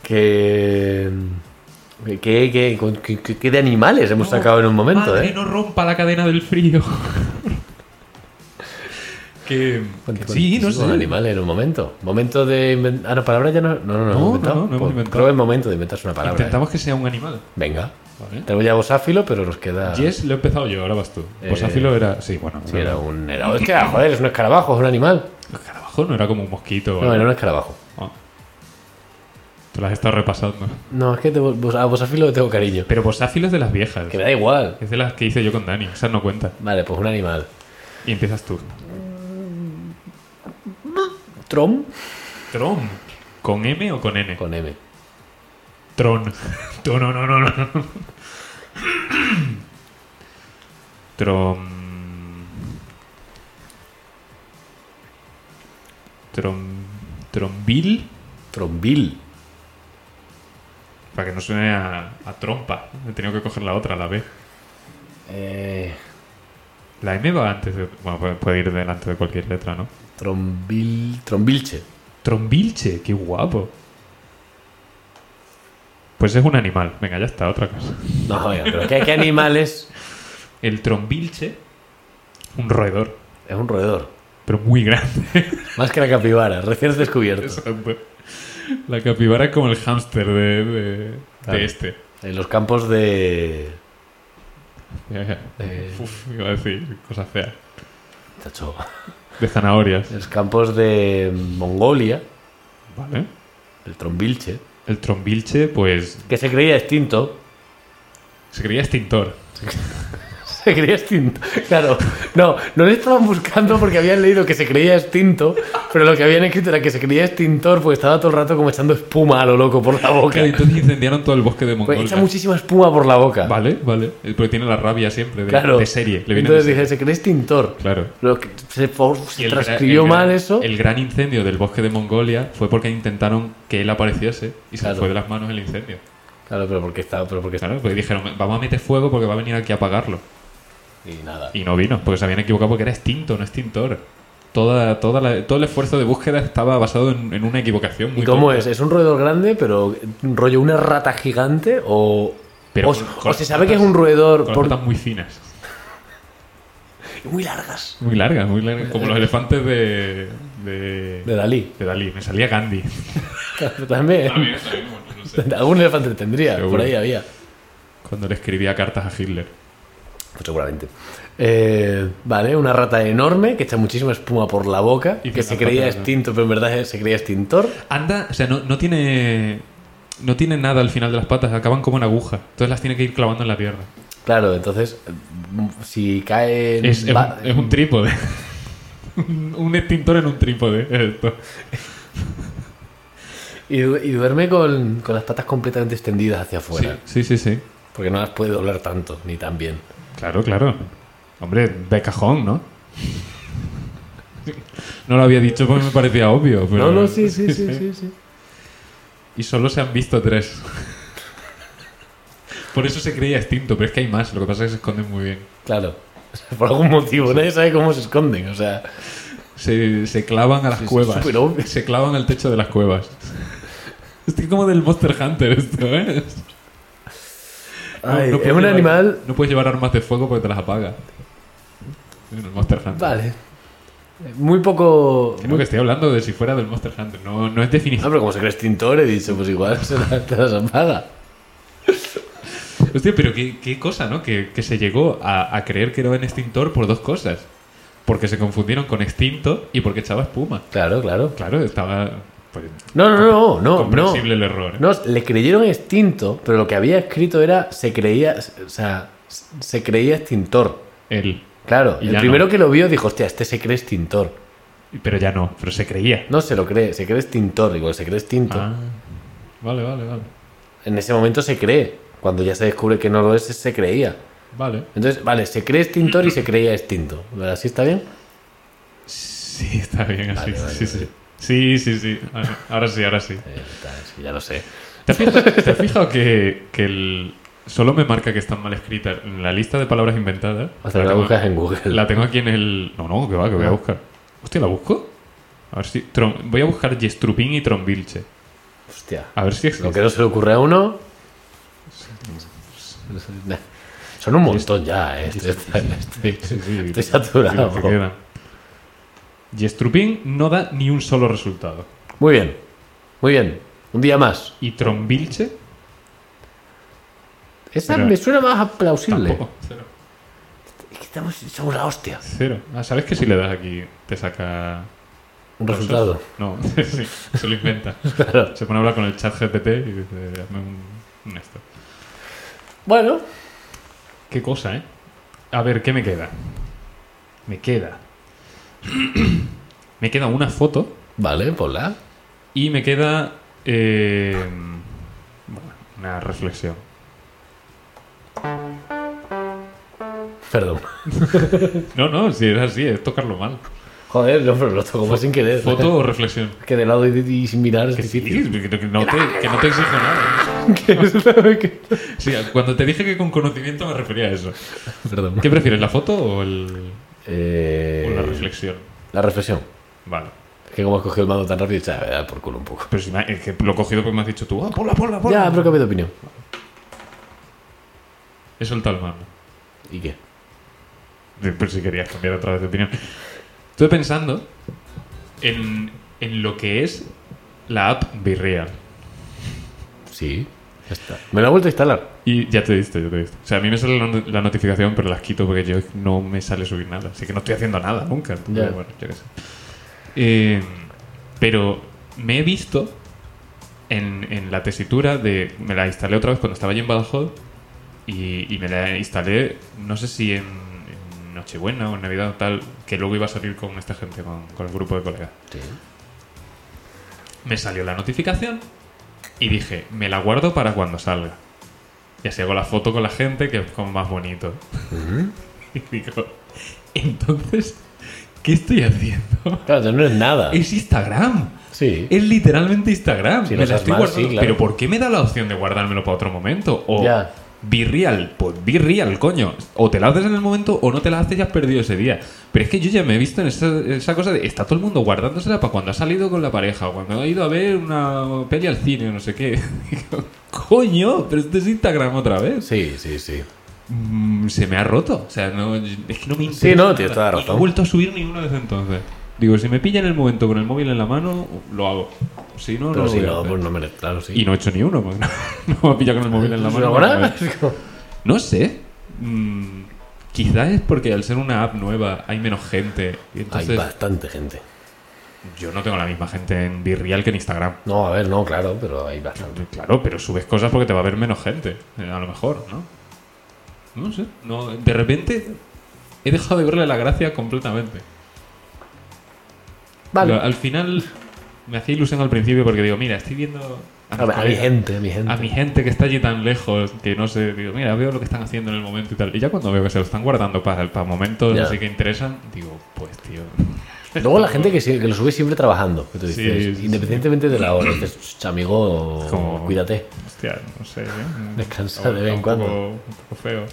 Que. que- que- con- que- que- que de animales hemos sacado Pues en un momento,
Madre,
¿eh?
no rompa la cadena del frío. que, que sí, no sé.
Con animales en un momento. Momento de inventar. Ah, no, palabra ya no. No, no, no, hemos
No,
inventado.
no, no hemos
Pues
inventado.
Creo que es momento de inventarse una palabra. ¿eh?
Intentamos que sea un animal.
Venga.
Vale.
Tenemos ya bosáfilo, pero nos queda.
Yes, lo he empezado yo, ahora vas tú. Bosáfilo era. Sí, bueno.
Eh, Sí, era un. Era... Es que, ah, joder, es un escarabajo, es un animal.
Carabajo no era como un mosquito. o
No,
algo.
era un escarabajo.
Ah. Te las he estado repasando.
No, es que te- bos- a bosáfilo le tengo cariño.
Pero Bosáfilo es de las viejas.
Que me da igual.
Es de las que hice yo con Dani. Esas no cuentan.
Vale, pues un animal.
Y empiezas tú.
Trom
Tron. ¿Con M o con N?
con M.
Tron. No, no, no, no, no. Tron. Tron. Trombil.
Trombil.
Para que no suene a, a trompa. He tenido que coger la otra, la B.
Eh.
La M va antes de. Bueno, puede, puede ir delante de cualquier letra, ¿no?
Trombil. Trombilche.
Trombilche, qué guapo. Pues es un animal. Venga, ya está, otra cosa.
No, venga, pero ¿qué, qué animal es?
El trombilche, un roedor,
Es un roedor.
pero muy grande.
Más que la capibara, recién descubierto.
Eso, pues, La capibara es como el hámster de, de- de
Claro.
este.
En los campos de.
Ya, ya.
Eh.
Uf, iba a decir cosas feas.
Chacho.
De zanahorias.
En los campos de Mongolia,
Vale.
el trombilche,
El trombilche, pues,
que se creía extinto.
se creía extintor.
Se creía extinto. Claro, no, no le estaban buscando porque habían leído que se creía extinto, pero lo que habían escrito era que se creía extintor porque estaba todo el rato como echando espuma a lo loco por la boca.
Claro, entonces incendiaron todo el bosque de
Pues
Mongolia.
echa muchísima espuma por la boca.
Vale, vale. Eh, Porque tiene la rabia siempre de,
claro.
de serie. Le viene
Entonces
de
dije, se cree extintor.
serie. Claro.
Lo que se, for- se
Y el gra-
transcribió
el gran-
mal eso.
El gran incendio del bosque de Mongolia fue porque intentaron que él apareciese y se le
Claro.
fue de las manos el incendio.
Claro, pero porque estaba, pero porque estaba.
Claro, pues dijeron, vamos a meter fuego porque va a venir aquí a apagarlo.
Y nada.
Y no vino, porque se habían equivocado porque era extinto, no extintor. Toda, toda la- todo el esfuerzo de búsqueda estaba basado en, en una equivocación. Muy
¿Y cómo
tonta.
es? ¿Es un roedor grande, pero rollo una rata gigante? ¿O,
Pero
o,
con-
o
con
se sabe que
patas-
es un roedor
Con
por-
las patas muy finas.
muy largas?
Muy largas, muy largas. Como los elefantes de... De,
Eh, De Dalí.
de Dalí. Me salía Gandhi.
Claro, También.
no sé.
Algún elefante tendría, por
Seguro. Pues
ahí había.
Cuando le escribía cartas a Hitler.
Pues seguramente. Eh, vale, una rata enorme que echa muchísima espuma por la boca,
Y
que
que
se
no
creía
pasa nada.
extinto, pero en verdad se creía extintor.
Anda, o sea, no, no tiene. No tiene nada al final de las patas, acaban como en aguja. Entonces las tiene que ir clavando en la pierna.
Claro, entonces, mm, si cae... en-
Es, es
va-
un, es un trípode. un un extintor en un trípode. es esto.
y, du- y duerme con, con las patas completamente extendidas hacia
Sí,
afuera,
sí, sí, sí.
porque no las puede doblar tanto, ni tan bien.
Claro, claro. Hombre, de cajón, ¿no? No lo había dicho porque me parecía obvio. pero-
No, no, sí, sí, sí, sí, sí.
Y solo se han visto tres. Por eso se creía extinto, pero es que hay más. Lo que pasa es que se esconden muy bien.
Claro. Por algún motivo, nadie sabe cómo se esconden, o sea...
Se, se clavan a las
Sí, sí,
cuevas.
súper obvio.
Se clavan al techo de las cuevas. Estoy como del Monster Hunter esto, ¿eh? No-
Ay,
no
es
puedes
un
llevar-
animal...
No puedes llevar armas de fuego porque te las apaga. En el Monster Hunter.
Vale. Muy poco...
Creo que estoy hablando de si fuera del Monster Hunter. No, no es
Ah,
definición.
pero como se cree extintor, he dicho, pues igual se la- te las apaga. Ah.
Hostia, pero qué, qué cosa, ¿no? Que, que se llegó a, a creer que era un extintor por dos cosas. Porque se confundieron con extinto y porque echaba espuma.
Claro, claro.
Claro, estaba... pues,
No, no, no, no, no.
comprensible el error. ¿eh?
No, le creyeron extinto, pero lo que había escrito era se creía, o sea, se creía extintor.
Él.
Claro,
Y
el
ya
primero
no.
que lo vio dijo, hostia, este se cree extintor.
Pero ya no. Pero se creía.
No se lo cree, se cree extintor, igual se cree extinto.
Ah, vale, vale, vale.
En ese momento se cree, cuando ya se descubre que no lo es, se creía.
Vale.
Entonces, vale, se cree extintor y se creía extinto. ¿Así está bien?
Sí, está bien así.
Vale, vale,
sí,
vale.
sí, sí. Sí, sí, Ahora, ahora sí, ahora sí.
Eh, está, sí, ya lo sé.
¿Te has fijado, te has fijado que, que el- solo me marca que están mal escritas en la lista de palabras inventadas?
O sea, la
tengo-
buscas en Google.
la tengo aquí en el... No, no, que va, que voy a
Ah.
buscar. Hostia, ¿la busco? A ver si... trom- Voy a buscar Yestrupín y Trombilche.
Hostia.
A ver si es...
Lo que no se le ocurre a uno. Son un montón ya, eh. Estoy, estoy- estoy saturado.
Yestrupín no da ni un solo resultado.
Muy bien, muy bien. Un día más.
¿Y Trombilche?
Esa
Pero-
me suena más plausible.
Tampoco. Cero.
Es que estamos, somos la hostia.
Cero. Ah, ¿sabes que si le das aquí te saca...
Un resultado.
cosas? No, sí, se lo inventa.
Claro.
Se pone a hablar con el chat GPT y dice, hazme un, un esto.
Bueno,
Qué cosa, ¿eh? A ver, ¿qué me queda? Me queda... me queda una foto
vale, ponla.
y me queda... eh, bueno, una reflexión.
Perdón.
No, no, si es así, es tocarlo mal.
Joder, no, pero lo toco como sin querer.
¿Foto o reflexión?
Que de lado y, y sin mirar es
Que sí,
difícil.
que que no te, que no te exijo nada. ¿eh? Sí, cuando te dije que con conocimiento me refería a eso.
Perdón.
¿Qué prefieres, la foto o, el,
Eh,
o la reflexión?
la reflexión.
Vale.
Es que como has cogido el mando tan rápido, ya, me da por culo un poco.
Pero si me ha- es que lo he cogido porque me has dicho tú, ah, ponla, ponla, ponla.
Ya, pero cambio de opinión.
He soltado el mando.
¿Y qué?
Pero si querías cambiar otra vez de opinión. Estuve pensando en, en lo que es la app Virreal.
Sí, ya está. Me lo he vuelto a instalar.
Y ya te diste, ya te diste. O sea, a mí me sale la no- la notificación, pero las quito porque yo no me sale subir nada. Así que no estoy haciendo nada nunca. Entonces,
Ya.
bueno, yo qué sé. Eh, pero me he visto en, en la tesitura de... Me la instalé otra vez cuando estaba allí en Badajoz y, y me la instalé, no sé si en, en Nochebuena o en Navidad o tal, que luego iba a salir con esta gente, con, con el grupo de colegas. Me salió la notificación y dije, me la guardo para cuando salga. Y así hago la foto con la gente, que es como más bonito. Y digo, entonces, ¿qué estoy haciendo?
Claro, entonces no es nada.
Es Instagram.
Sí.
Es literalmente Instagram.
Si lo
me la
usas
estoy
mal,
guardando.
sí, claro.
Pero ¿por qué me da la opción de guardármelo para otro momento? O
Ya.
be real, pues be real, coño. O te la haces en el momento o no te la haces y has perdido ese día. Pero es que yo ya me he visto en esa, esa cosa de está todo el mundo guardándosela para cuando ha salido con la pareja o cuando ha ido a ver una peli al cine o no sé qué. Digo, coño, pero esto es Instagram otra vez.
Sí, sí, sí.
Mm, se me ha roto. O sea, no, es que no me interesa.
Sí, no, tienes
nada. Y
toda la
No
razón.
he vuelto a subir ninguno desde entonces. Digo, si me pilla en el momento con el móvil en la mano, lo hago. Si no, no
Pero
lo
si
voy a
no,
hacer.
pues no me... Claro, sí. Pues
Y no he hecho ni uno. porque No, no me pilla con el móvil en la mano. no
¿Ahora?
lo veo. No sé. Mm, quizás es porque al ser una app nueva hay menos gente. Y
Hay
entonces
bastante gente.
yo no tengo la misma gente en Virreal que en Instagram.
No, a ver, no, claro, pero hay bastante.
Claro, pero subes cosas porque te va a ver menos gente, eh, a lo mejor, ¿no? No sé, no, de repente he dejado de verle la gracia completamente.
Vale.
Pero al final me hacía ilusión al principio porque digo, mira, estoy viendo a, mis
A, ver, a mi
colegas,
gente, a mi gente.
a mi gente que está allí tan lejos, que no sé, digo, mira, veo lo que están haciendo en el momento y tal. Y ya cuando veo que se lo están guardando para, para momentos
Ya.
así que interesan, digo, pues tío,
Luego la gente que, sí- que lo sube siempre trabajando. que tú
Sí,
dices,
sí,
independientemente de la hora. Dices, "Ch, amigo,
Como-
cuídate.
Hostia, no sé. ¿eh?
Descansa
Está-
de vez en
está un
cuando.
poco- un poco feo.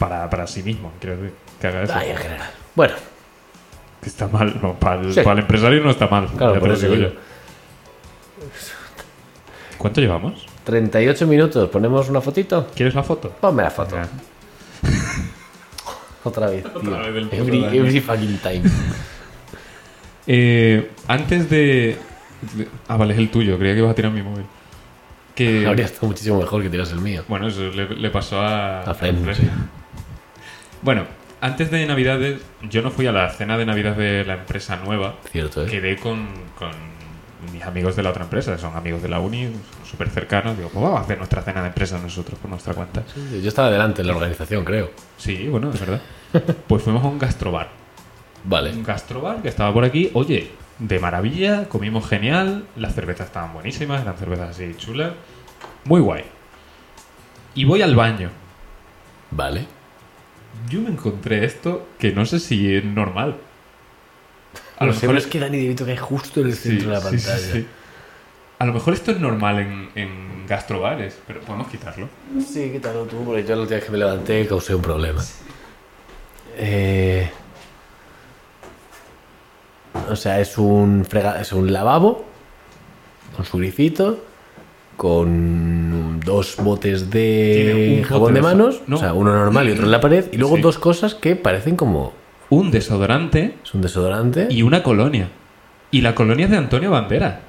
Para, para sí mismo, quiero decir. Que haga eso.
Ay, en general. Bueno,
Que está mal. no, para, el,
Sí.
para el empresario no está mal.
Claro,
ya te
por
lo
eso
digo
digo.
yo. ¿Cuánto llevamos?
38 minutos. ¿Ponemos una fotito?
¿Quieres la foto?
Ponme la foto.
Venga.
Otra vez, tío.
vez del puto
every,
Dani.
every fucking time.
Eh, antes de. de- Ah, vale, es el tuyo. Creía que ibas a tirar mi móvil. Que.
Ah, Habría estado muchísimo mejor que tiras el mío.
Bueno, eso le, le pasó a.
A Fren,
Fren.
sí.
Bueno, antes de Navidades, yo no fui a la cena de Navidad de la empresa nueva.
Cierto, ¿eh?
quedé con, con mis amigos de la otra empresa, que son amigos de la uni, son súper cercanos. Digo, pues vamos a hacer nuestra cena de empresa nosotros por nuestra cuenta.
Yo estaba delante en la organización, creo.
Sí, bueno, es verdad. Pues fuimos a un gastrobar. Un
Vale.
gastrobar que estaba por aquí, oye, de maravilla, comimos genial, las cervezas estaban buenísimas, eran cervezas así chulas, muy guay. Y voy al baño.
Vale.
Yo me encontré esto que no sé si es normal. A lo
Lo seguro
mejor
es que Dani DeVito cae justo en el
Sí,
centro de la
sí, sí,
pantalla.
sí. A lo mejor esto es normal en, en gastrobares, pero podemos quitarlo.
Sí, quítalo tú, porque yo la última vez que me levanté causé un problema. Eh, o sea, es un, frega- es un lavabo con su grifito, con dos botes
Tiene un
de jabón
bote de jabón.
de manos,
No.
o sea, uno normal y otro en la pared, y luego
Sí.
dos cosas que parecen como...
Un desodorante
Es un desodorante,
y una colonia. Y la colonia es de Antonio Bandera.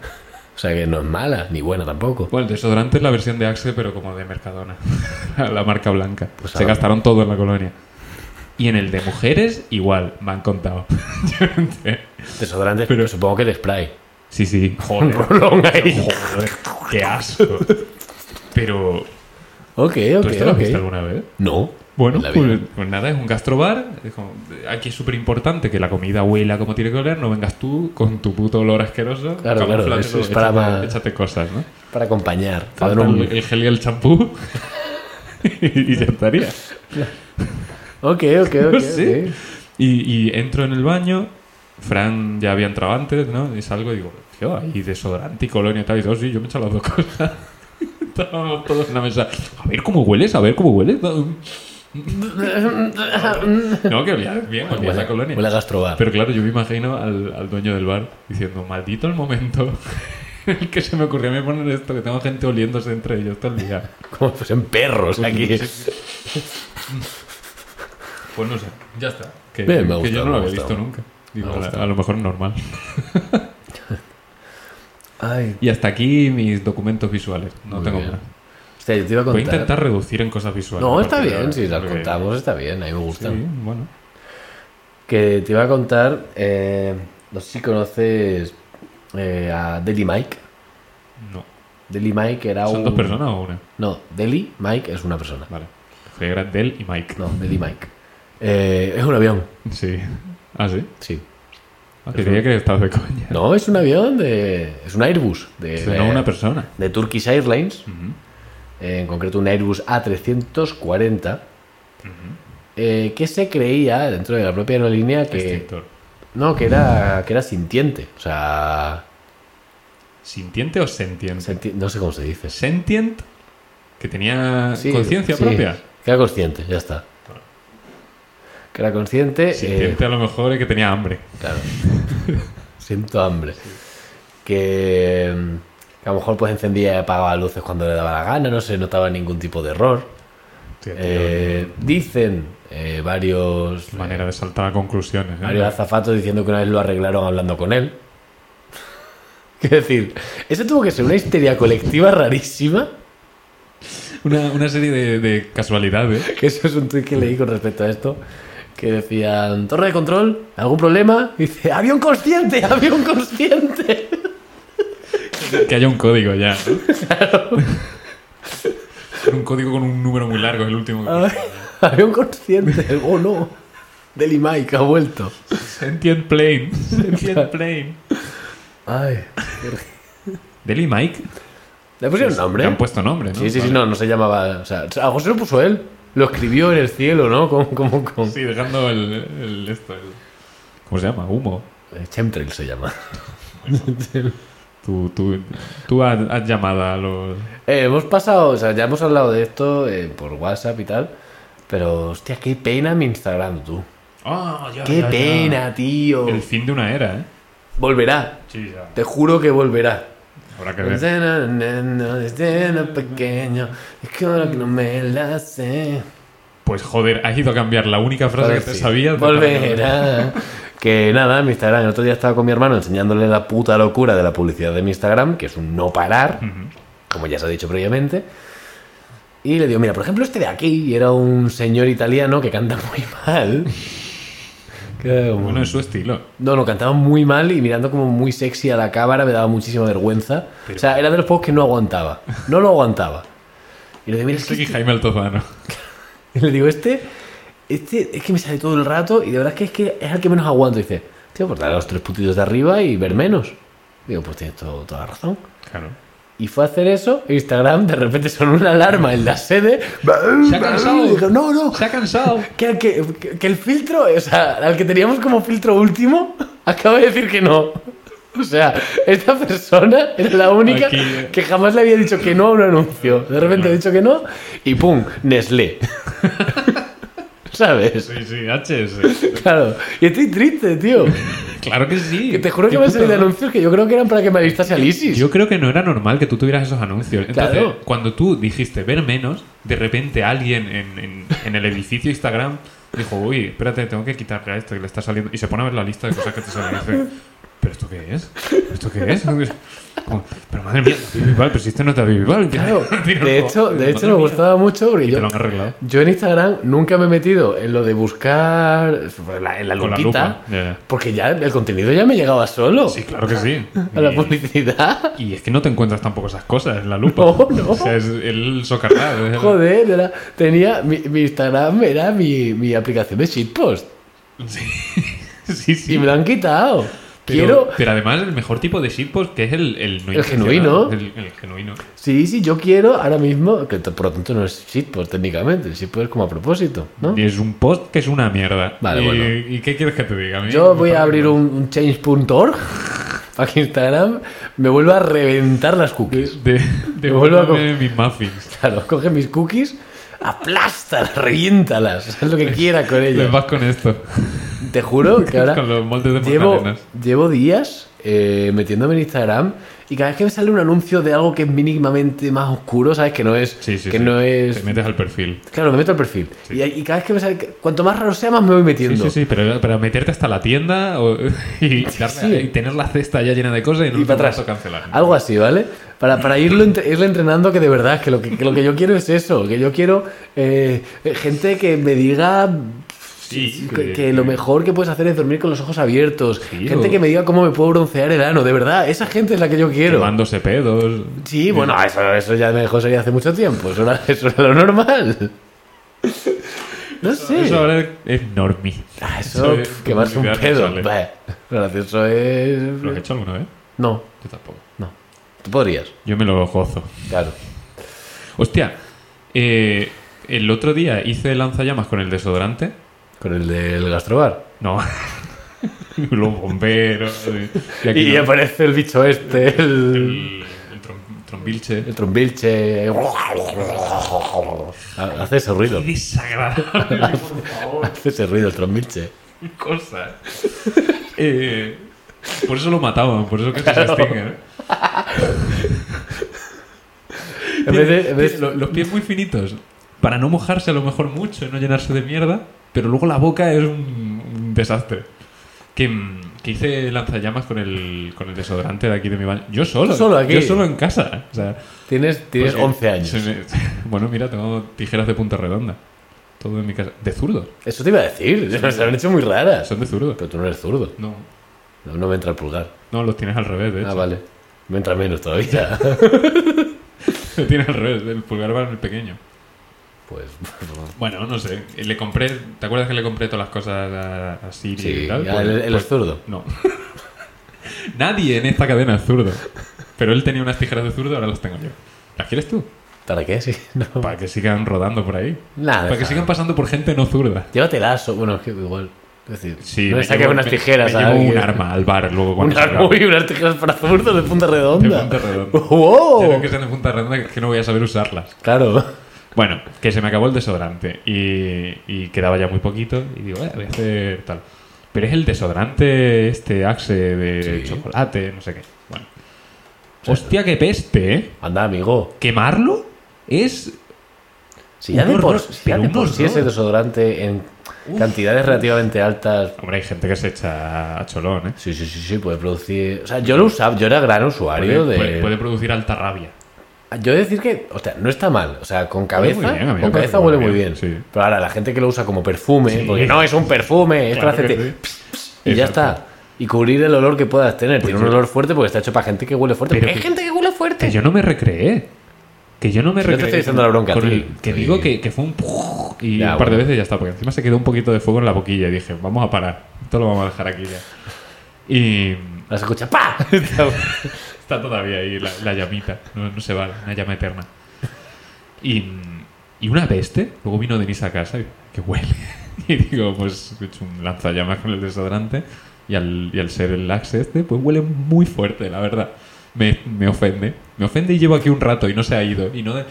o sea, que no es mala, ni buena tampoco.
Bueno, el desodorante es la versión de Axe, pero como de Mercadona. la marca blanca.
Pues
Se
ahora-
gastaron todo en la colonia. Y en el de mujeres, igual, me han contado. Yo no entiendo.
Desodorante, pero supongo que de spray.
sí, sí. Joder,
Rolón ahí.
joder, qué asco. Pero,
Ok, ok,
¿tú esto lo has visto
ok.
alguna vez?
No.
Bueno,
en la vida.
pues, pues nada, es un gastrobar. es como- aquí es súper importante que la comida huela como tiene que oler. No vengas tú con tu puto olor asqueroso.
Claro, claro,
camuflátelo,
eso es
échate-
para ma-
Échate cosas, ¿no?
Para acompañar. Te dan
Falta
un-
el, el gel y el champú. y ya estaría.
Ok, ok, ok.
No sé. Y, y entro en el baño. Fran ya había entrado antes, ¿no? Y salgo y digo, tío, hay desodorante y colonia y tal. Y digo, sí, yo me he echado las dos cosas. Estábamos todos en la mesa. A ver cómo hueles, a ver cómo hueles. No, que olía bien, olía
Huele,
la colonia.
huele a gastrobar.
Pero claro, yo me imagino al, al dueño del bar diciendo, maldito el momento en el que se me ocurrió a mí poner esto, que tengo gente oliéndose entre ellos todo el día.
Como si fuesen perros aquí.
Pues no sé, ya está. Que,
Bien, me ha
que
gustado,
yo no lo
me ha
había visto
gustado.
nunca. Digo,
Me ha
a,
gustado.
a lo mejor es normal.
Ay.
Y hasta aquí mis documentos visuales. No
Muy
tengo
bien.
más.
Hostia, yo te iba a
Voy a
contar.
intentar reducir en cosas visuales.
No, está
porque-
bien, si las
porque-
contamos está bien, a mí me
Sí,
gustan.
bueno.
Que te iba a contar, eh, no sé si conoces eh, a Deli Mike.
No.
Deli Mike era
¿Son
un...
dos personas o una?
No, Deli Mike es una persona.
Vale. Fue Grandel y Mike.
No, Deli Mike. Eh, es un avión,
Sí. Ah, sí.
sí.
Ah, creía que estabas de coña.
No, es un avión de... Es un Airbus. De,
O sea, no una persona.
de Turkish Airlines,
Ujú.
eh, en concreto un Airbus A340, eh, que se creía dentro de la propia aerolínea que...
Extintor.
No, que era, que era sintiente. O sea,
¿Sintiente o sentiente?
senti- no sé cómo se dice.
Sentient, que tenía
Sí,
conciencia
sí,
propia.
Que era consciente, ya está. Que era consciente. eh,
Sintiente a lo mejor es que tenía hambre.
claro. Siento hambre. Que, mm, que a lo mejor pues encendía y apagaba luces cuando le daba la gana, no se notaba ningún tipo de error.
Hostia, tío,
Eh, dicen eh, varios,
manera de saltar a conclusiones. ¿eh?
varios azafatos diciendo que una vez lo arreglaron hablando con él. Es decir, eso tuvo que ser una histeria colectiva rarísima.
Una, una serie de, de casualidades.
que eso es un tweet que leí con respecto a esto. Que decían, torre de control, ¿algún problema? Y dice, avión consciente, avión consciente.
Que haya un código ya. ¿no? un código con un número muy largo, es el último. que-
Ay, avión consciente, oh no. Deli Mike ha vuelto.
Sentient plane. Sentient plane.
Ay.
Deli Mike.
¿Le pusieron nombre?
Le han puesto nombre, ¿no?
sí, sí, sí,
Vale.
no, no se llamaba. O sea, a José lo puso él. Lo escribió en el cielo, ¿no? Como, como con.
Sí, dejando el, el- esto, el- ¿Cómo se llama? Humo.
Eh, Chemtrail se llama.
Tú, tú, tú has, has llamado a los...
Eh, hemos pasado, o sea, ya hemos hablado de esto eh, por WhatsApp y tal. Pero, hostia, qué pena mi Instagram, tú.
Ah, ya,
Qué
ya, ya.
pena, tío.
El fin de una era, ¿eh?
Volverá.
Sí, ya.
Te juro que volverá.
Habrá que ver.
Desde no- no- no, desde no pequeño, es que ahora que no me la sé.
Pues joder, has ido a cambiar la única frase que te
Sí.
sabías. de-
Volverá. Que nada, mi Instagram. El otro día estaba con mi hermano enseñándole la puta locura de la publicidad de mi Instagram, que es un no parar, como ya se ha dicho previamente. Y le digo, mira, por ejemplo, este de aquí, y era un señor italiano que canta muy mal. Que era como-
Bueno, es su estilo.
No, no, cantaba muy mal y mirando como muy sexy a la cámara me daba muchísima vergüenza. O sea, era de los pocos que no aguantaba. No lo aguantaba. Y le digo, mira, es que
Soy Jaime Altozano.
y le digo, este, este es que me sale todo el rato y de verdad es que es, que es el que menos aguanto. Y dice, tío, pues dale a los tres putitos de arriba y ver menos. Digo, pues tienes todo- toda la razón.
Claro.
Y fue a hacer eso, e Instagram de repente sonó una alarma en la sede.
Se ha cansado.
Y digo, no, no,
Se ha cansado.
que, que- que- que el filtro, o sea, al que teníamos como filtro último, acaba de decir que no. O sea, esta persona era la única
Aquí, eh.
que jamás le había dicho que no a un anuncio. De repente ha dicho que no y ¡pum! Nestlé. ¿Sabes?
Sí, sí, HS.
Claro. Y estoy triste, tío.
Claro que sí.
Que te juro que
Qué
me han
puto
salido
raro.
anuncios que yo creo que eran para que me alistase al ISIS.
Yo creo que no era normal que tú tuvieras esos anuncios. Entonces,
Claro.
cuando tú dijiste ver menos, de repente alguien en, en- en el edificio Instagram dijo, uy, espérate, tengo que quitarle a esto que le está saliendo. Y se pone a ver la lista de cosas que te salen. Y dice, ¿pero esto qué es? ¿Esto qué es? Como, pero madre mía, David Bisbal, pero si este no es David Bisbal.
Claro.
Tira,
De
no,
hecho, de
madre
hecho me
mía.
gustaba mucho porque
Y
yo...
te lo han arreglado.
Yo en Instagram nunca me he metido en lo de buscar en la, en la
Con la
lupita,
lupa, ya, ya.
porque ya el contenido ya me llegaba solo
Sí, claro que sí.
a la
Y-
publicidad.
Y es que no te encuentras tampoco esas cosas en la lupa.
No, no.
O sea, es el socarrado. es el-
Joder, era- tenía mi, mi Instagram era mi, mi aplicación de shitpost
Sí, sí.
y me lo han quitado.
Pero,
Quiero,
pero además el mejor tipo de shitpost que es el, el, no
El
intencional,
genuino.
El, el genuino.
sí, sí, yo quiero ahora mismo, que t- por lo tanto no es shitpost técnicamente, el shitpost es como a propósito, ¿no?
Y es un post que es una mierda.
Vale,
y,
bueno.
¿Y qué quieres que te diga? mí
Yo
me
voy a
parece
abrir
mal.
un, un change.org para que Instagram me vuelva a reventar las cookies.
De, de
vuelvo a co-
volverme mis muffins.
Claro, coge mis cookies, aplástalas, reviéntalas, haz lo que quiera con
Les
ellas.
vas con esto.
Te juro que ahora
con los moldes de
llevo,
magdalenas.
llevo días eh, metiéndome en Instagram y cada vez que me sale un anuncio de algo que es mínimamente más oscuro, ¿sabes? Que no es.
Sí, sí,
que
sí.
no es.
Te metes al perfil.
Claro, me meto al perfil.
Sí.
Y, y cada vez que me sale. Cuanto más raro sea, más me voy
Sí,
metiendo.
sí, sí, pero para meterte hasta la tienda o- y, darle-
sí.
y tener la cesta ya llena de cosas y no
Y para atrás.
cancelar.
Algo así, ¿vale? Para, para irlo, entre- irle entrenando que de verdad, que lo que, que lo que yo quiero es eso, que yo quiero eh, gente que me diga
Sí,
que, que lo mejor que puedes hacer es dormir con los ojos abiertos,
Sí,
gente
o-
que me diga cómo me puedo broncear el ano, de verdad, esa gente es la que yo quiero.
Quemándose pedos.
Sí, bueno, eso, eso ya me dejó sería hace mucho tiempo, eso era, eso era lo normal. No sé.
Eso ahora es- es normie.
Ah, eso,
es
pf, quemarse un
publicidad
pedo.
responsable.
bah, Lo gracioso es...
¿Lo has hecho alguna vez?
No,
Yo tampoco.
no. Tú podrías,
Yo me lo gozo.
claro.
Hostia, eh, el otro día hice lanzallamas con el desodorante.
Con el del gastrobar.
No. Los bomberos. eh, Y aquí
Y
no.
aparece el bicho este, el,
el, el trom- trombilche.
el trombilche. Hace ese ruido,
Qué desagradable, por favor,
hace ese ruido el trombilche.
qué cosa. Eh, por eso lo mataban, por eso que se extinguen. ¿eh?
En vez de- en vez-
Tiene lo- los pies muy finitos, para no mojarse a lo mejor mucho y no llenarse de mierda, pero luego la boca es un, un desastre. Que, mm, que hice lanzallamas con el, con el desodorante de aquí de mi baño. Yo solo.
¿Tú solo aquí?
Yo solo en casa. O sea,
Tienes, tienes
porque
11 años.
se me- bueno, mira, tengo tijeras de punta redonda. Todo en mi casa. De zurdo.
Eso te iba a decir, se han hecho muy raras.
Son de zurdo.
Pero tú no eres zurdo,
No,
no, no me entra el pulgar.
no, los tienes al revés, de
Ah,
hecho.
vale. Me entra menos todavía.
Lo tienes al revés, el pulgar va en el pequeño.
Pues
Bueno, no sé. Le compré. ¿Te acuerdas que le compré todas las cosas a, a Siri y
sí,
tal?
ya
Pues-
él, él
pues
es zurdo.
No. Nadie en esta cadena es zurdo. Pero él tenía unas tijeras de zurdo, ahora las tengo yo. ¿Las quieres tú?
¿Para qué? Sí, no.
Para que sigan rodando por ahí.
Nada.
Para que
Ah. déjalo.
sigan pasando por gente no zurda.
Llévate lazo. Bueno, es que igual. Es decir,
Sí,
no
me
le saques
llevo-
unas
me-
tijeras
me
a
llevo un
alguien.
arma al bar luego cuando
Unas,
salgamos.
uy, unas tijeras para zurdos de punta redonda.
De punta redonda.
¡Wow!
Ya no que sean de punta redonda, que es que no voy a saber usarlas.
Claro.
Bueno, que se me acabó el desodorante y, y quedaba ya muy poquito y digo, eh, voy a hacer tal. Pero es el desodorante este Axe de
Sí.
chocolate, no sé qué. Bueno. Hostia, qué peste, ¿eh?
Anda, amigo.
Quemarlo es...
Si ya
Un
de por,
horror,
si, ya
pero
de
un
por sí
horror.
ese desodorante en
Uf.
cantidades relativamente altas.
Hombre, hay gente que se echa a cholón, ¿eh?
Sí, sí, sí, sí, puede producir. O sea, yo lo usaba, yo era gran usuario
Puede,
de.
puede- puede producir alta rabia.
Yo he de decir que, o sea, no está mal. O sea, con
Huele
cabeza,
muy bien, a mí me
con
parece
cabeza huele
muy
muy bien.
bien, sí.
Pero ahora, la gente que lo usa como perfume,
Sí.
porque no es un perfume, es
Claro
para
que
hacerte.
sí.
Y ya
Exacto.
está. Y cubrir el olor que puedas tener. Tiene un
sí.
olor fuerte porque está hecho para gente que huele fuerte.
Pero
Porque hay
que-
gente que huele
Que
fuerte.
yo no me recreé. Que yo no me
Si no te
recreé.
estoy echando la bronca a
Con
ti.
el- que
Sí.
digo que, que fue un puj y
Ya,
un par de
bueno.
veces y ya está, porque encima se quedó un poquito de fuego en la boquilla y dije, vamos a parar. Esto lo vamos a dejar aquí ya. Y
Las escucha ¡pa!
está todavía ahí la, la llamita. No, no se va, una llama eterna. Y, y una peste. Luego vino Denise a casa y que huele. Y digo, pues he hecho un lanzallamas con el desodorante. Y al, y al ser el laxe este, pues huele muy fuerte, la verdad. Me, me ofende. Me ofende y llevo aquí un rato y no se ha ido. Y no de-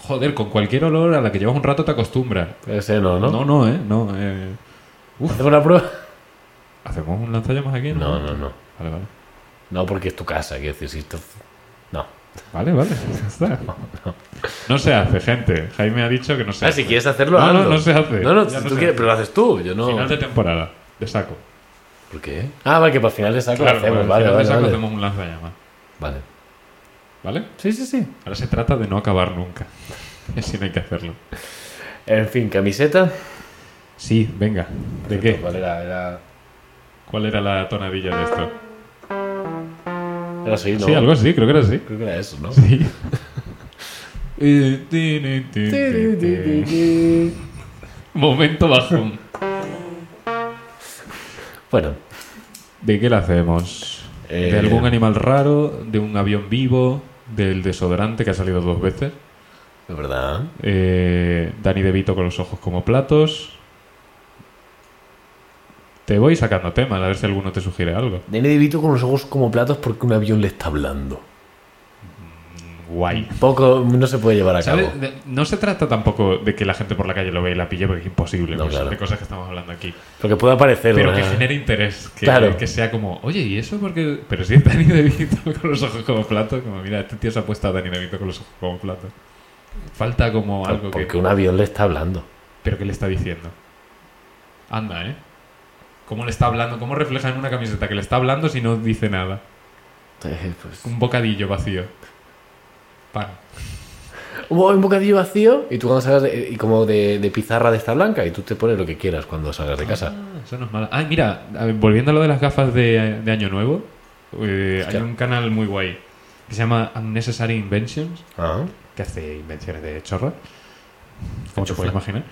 Joder, con cualquier olor a la que llevas un rato te acostumbras.
Ese no, ¿no?
No, no, no eh. No, eh. Uf,
¿Hacemos una prueba?
¿Hacemos un lanzallamas aquí?
No, no, no.
Vale, vale.
No, porque es tu casa, quiero decir, si esto. No.
Vale, vale, ya está. No, se hace, gente. Jaime ha dicho que no se
Ah,
hace.
si quieres hacerlo,
No, no,
hazlo.
no se hace.
No, no,
Ya
si
no
tú
se
quieres,
hace.
pero lo haces tú, yo no.
Final de temporada, de saco.
¿Por qué? Ah, vale, que para final de saco lo hacemos,
bueno,
vale,
final
vale,
de saco
vale.
hacemos un lanzallamas.
Vale.
¿Vale?
Sí, sí, sí.
Ahora se trata de no acabar nunca. Y así no hay que hacerlo.
En fin, camiseta.
Sí, venga. ¿De qué?
Vale, era. Era,
¿Cuál era la tonadilla de esto?
era así, Ah, ¿no?
Sí, algo así, creo que era así.
Creo que era eso, ¿no?
Sí. Eh, ti, ni, ti, ti, ti. Momento bajón.
Bueno,
¿De qué la hacemos?
Eh,
¿De algún animal raro? ¿De un avión vivo? ¿Del desodorante que ha salido dos veces?
es verdad.
Eh, Dani DeVito con los ojos como platos. Te voy sacando temas, a ver si alguno te sugiere algo.
Danny DeVito con los ojos como platos porque un avión le está hablando.
guay.
Poco, no se puede llevar a cabo.
¿Sabes? De- No se trata tampoco de que la gente por la calle lo vea y la pille, porque es imposible.
No,
pues,
claro.
De cosas que estamos hablando aquí.
Porque puede aparecer
Pero
una-
que genere interés. Que,
eh, Claro.
que sea como, oye, ¿y eso porque Pero si es Dani DeVito con los ojos como platos, como mira, este tío se ha puesto a Dani DeVito con los ojos como platos. Falta como algo que...
Ah, Porque un avión le está hablando.
Pero ¿qué le está diciendo? Anda, ¿eh? ¿Cómo le está hablando? ¿Cómo refleja en una camiseta que le está hablando si no dice nada?
Eh, pues-
Un bocadillo vacío. Pan.
Hubo un bocadillo vacío y tú cuando salgas de- y como de, de pizarra de esta blanca y tú te pones lo que quieras cuando salgas de casa.
Ah, eso no es malo. Ah, mira, a ver, volviendo a lo de las gafas de, de Año Nuevo, eh, hay
Hostia.
un canal muy guay que se llama Unnecessary Inventions,
Ah,
que hace invenciones de chorra, como te
Enchufa.
puedes imaginar.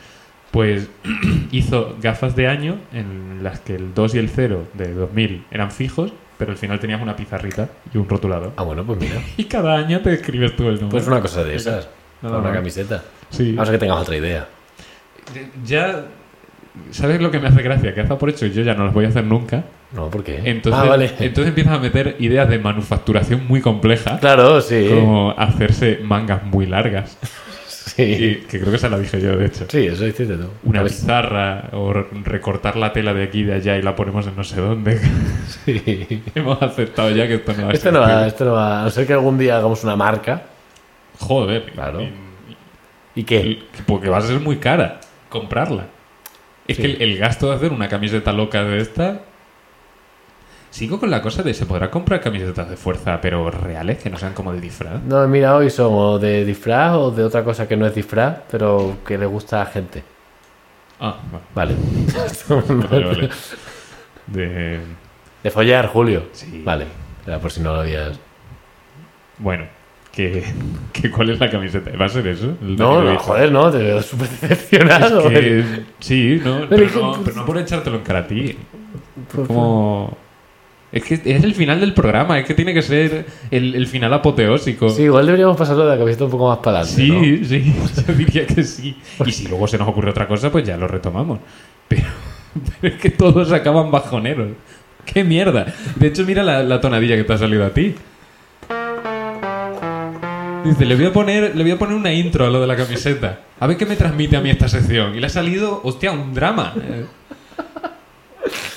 Pues hizo gafas de año en las que el 2 y el 0 de 2000 eran fijos, pero al final tenías una pizarrita y un rotulador.
Ah, bueno, pues mira.
Y cada año te escribes tú el número.
Pues una cosa de esas.
Nada
una Ah,
mal.
camiseta.
Sí.
A no ser que tengas otra idea.
Ya... ¿Sabes lo que me hace gracia? Que hace por hecho yo ya no las voy a hacer nunca.
No, ¿por qué?
Entonces,
ah, vale.
entonces empiezas a meter ideas de manufacturación muy complejas,
claro, sí.
como hacerse mangas muy largas,
Sí.
y que creo que esa la dije yo, de hecho.
Sí, eso hiciste tú.
Una
vez.
pizarra, o re- recortar la tela de aquí y de allá y la ponemos en no sé dónde.
Sí.
Hemos aceptado ya que esto no va a
Esto
ser.
no, va, esto no va. A no ser que algún día hagamos una marca.
Joder.
Claro.
y-
¿Y
y-
qué?
y- porque va a ser muy cara comprarla. Es
Sí.
que el, el gasto de hacer una camiseta loca de esta. Sigo con la cosa de se podrá comprar camisetas de fuerza, pero reales, que no sean como de disfraz.
No, mira, hoy son o de disfraz o de otra cosa que no es disfraz, pero que le gusta a gente.
Ah, vale.
Vale.
Vale, vale. De-
De follar, Julio.
Sí.
Vale. Era por si no lo habías.
Bueno, que, que ¿cuál es la camiseta? ¿Va a ser eso? El
No,
Dani
no,
DeVito.
joder, no, te veo súper decepcionado. eh.
Que- sí, no
Pero es
pero,
que-
no, pero no por echártelo en cara a ti. Como... Es que es el final del programa, es que tiene que ser el, el final apoteósico.
Sí, igual deberíamos pasarlo de la cabeza un poco más para adelante.
sí, sí, yo diría que sí. Y si luego se nos ocurre otra cosa, pues ya lo retomamos. Pero, pero es que todos acaban bajoneros. ¡Qué mierda! De hecho, mira la, la tonadilla que te ha salido a ti. Dice, le voy, a poner, le voy a poner una intro a lo de la camiseta. A ver qué me transmite a mí esta sección. Y le ha salido, hostia, un drama. Eh.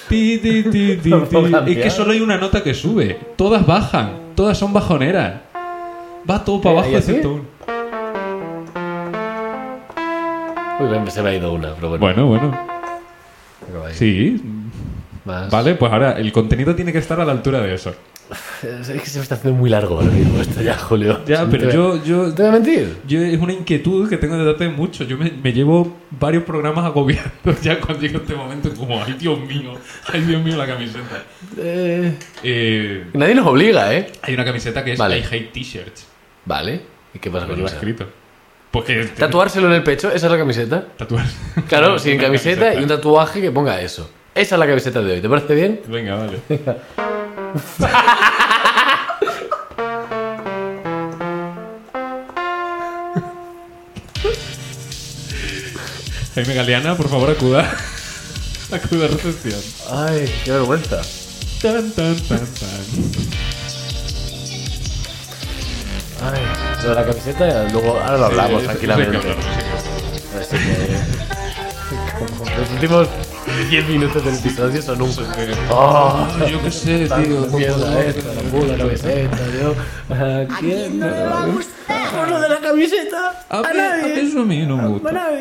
Ti, ti, ti, ti,
No puedo
ti. Es
cambiar.
que solo hay una nota que sube. Todas bajan. Todas son bajoneras. Va todo para
Eh, ¿Y
abajo
así?
excepto una.
¿no? Uy, se me ha ido una, pero bueno.
Bueno, bueno.
acaba ahí.
Sí.
Más.
Vale, pues ahora el contenido tiene que estar a la altura de eso.
Es que se me está haciendo muy largo ahora mismo esto ya, Julio.
Ya,
No
pero
te-
yo, yo,
No te voy a mentir.
yo es una inquietud que tengo desde hace mucho. Yo me, me llevo varios programas agobiados ya cuando llega este momento como, ay Dios mío, ay Dios mío la camiseta.
Eh,
Eh,
Nadie nos obliga, ¿eh?
hay una camiseta que es
Vale.
I hate t-shirts.
Vale. ¿Y qué pasa
Lo
con
lleva
eso?
escrito. Porque
¿Tatuárselo en el pecho? ¿Esa es la camiseta?
tatuar.
Claro, sin
Una
camiseta y un tatuaje que ponga eso. Esa es la camiseta de hoy. ¿Te parece bien?
Venga, vale. Jaime Galeana, por favor, acuda. Acuda a recepción.
Ay, qué vergüenza.
Tan, tan, tan, tan.
Ay, lo de la camiseta, luego ahora lo hablamos
Sí,
tranquilamente.
eso hay que hablarlo,
Así que- como Los últimos 10 minutos del episodio son un. ¡Oh!
sí. Yo qué sé,
tanta
tío. ¿cómo no?
Mierda esta, la puta camiseta, yo. ¿A
¿A quién
quién?
no le va a gustar?
Por lo de la camiseta.
A mí- a mí eso a mí no me gusta.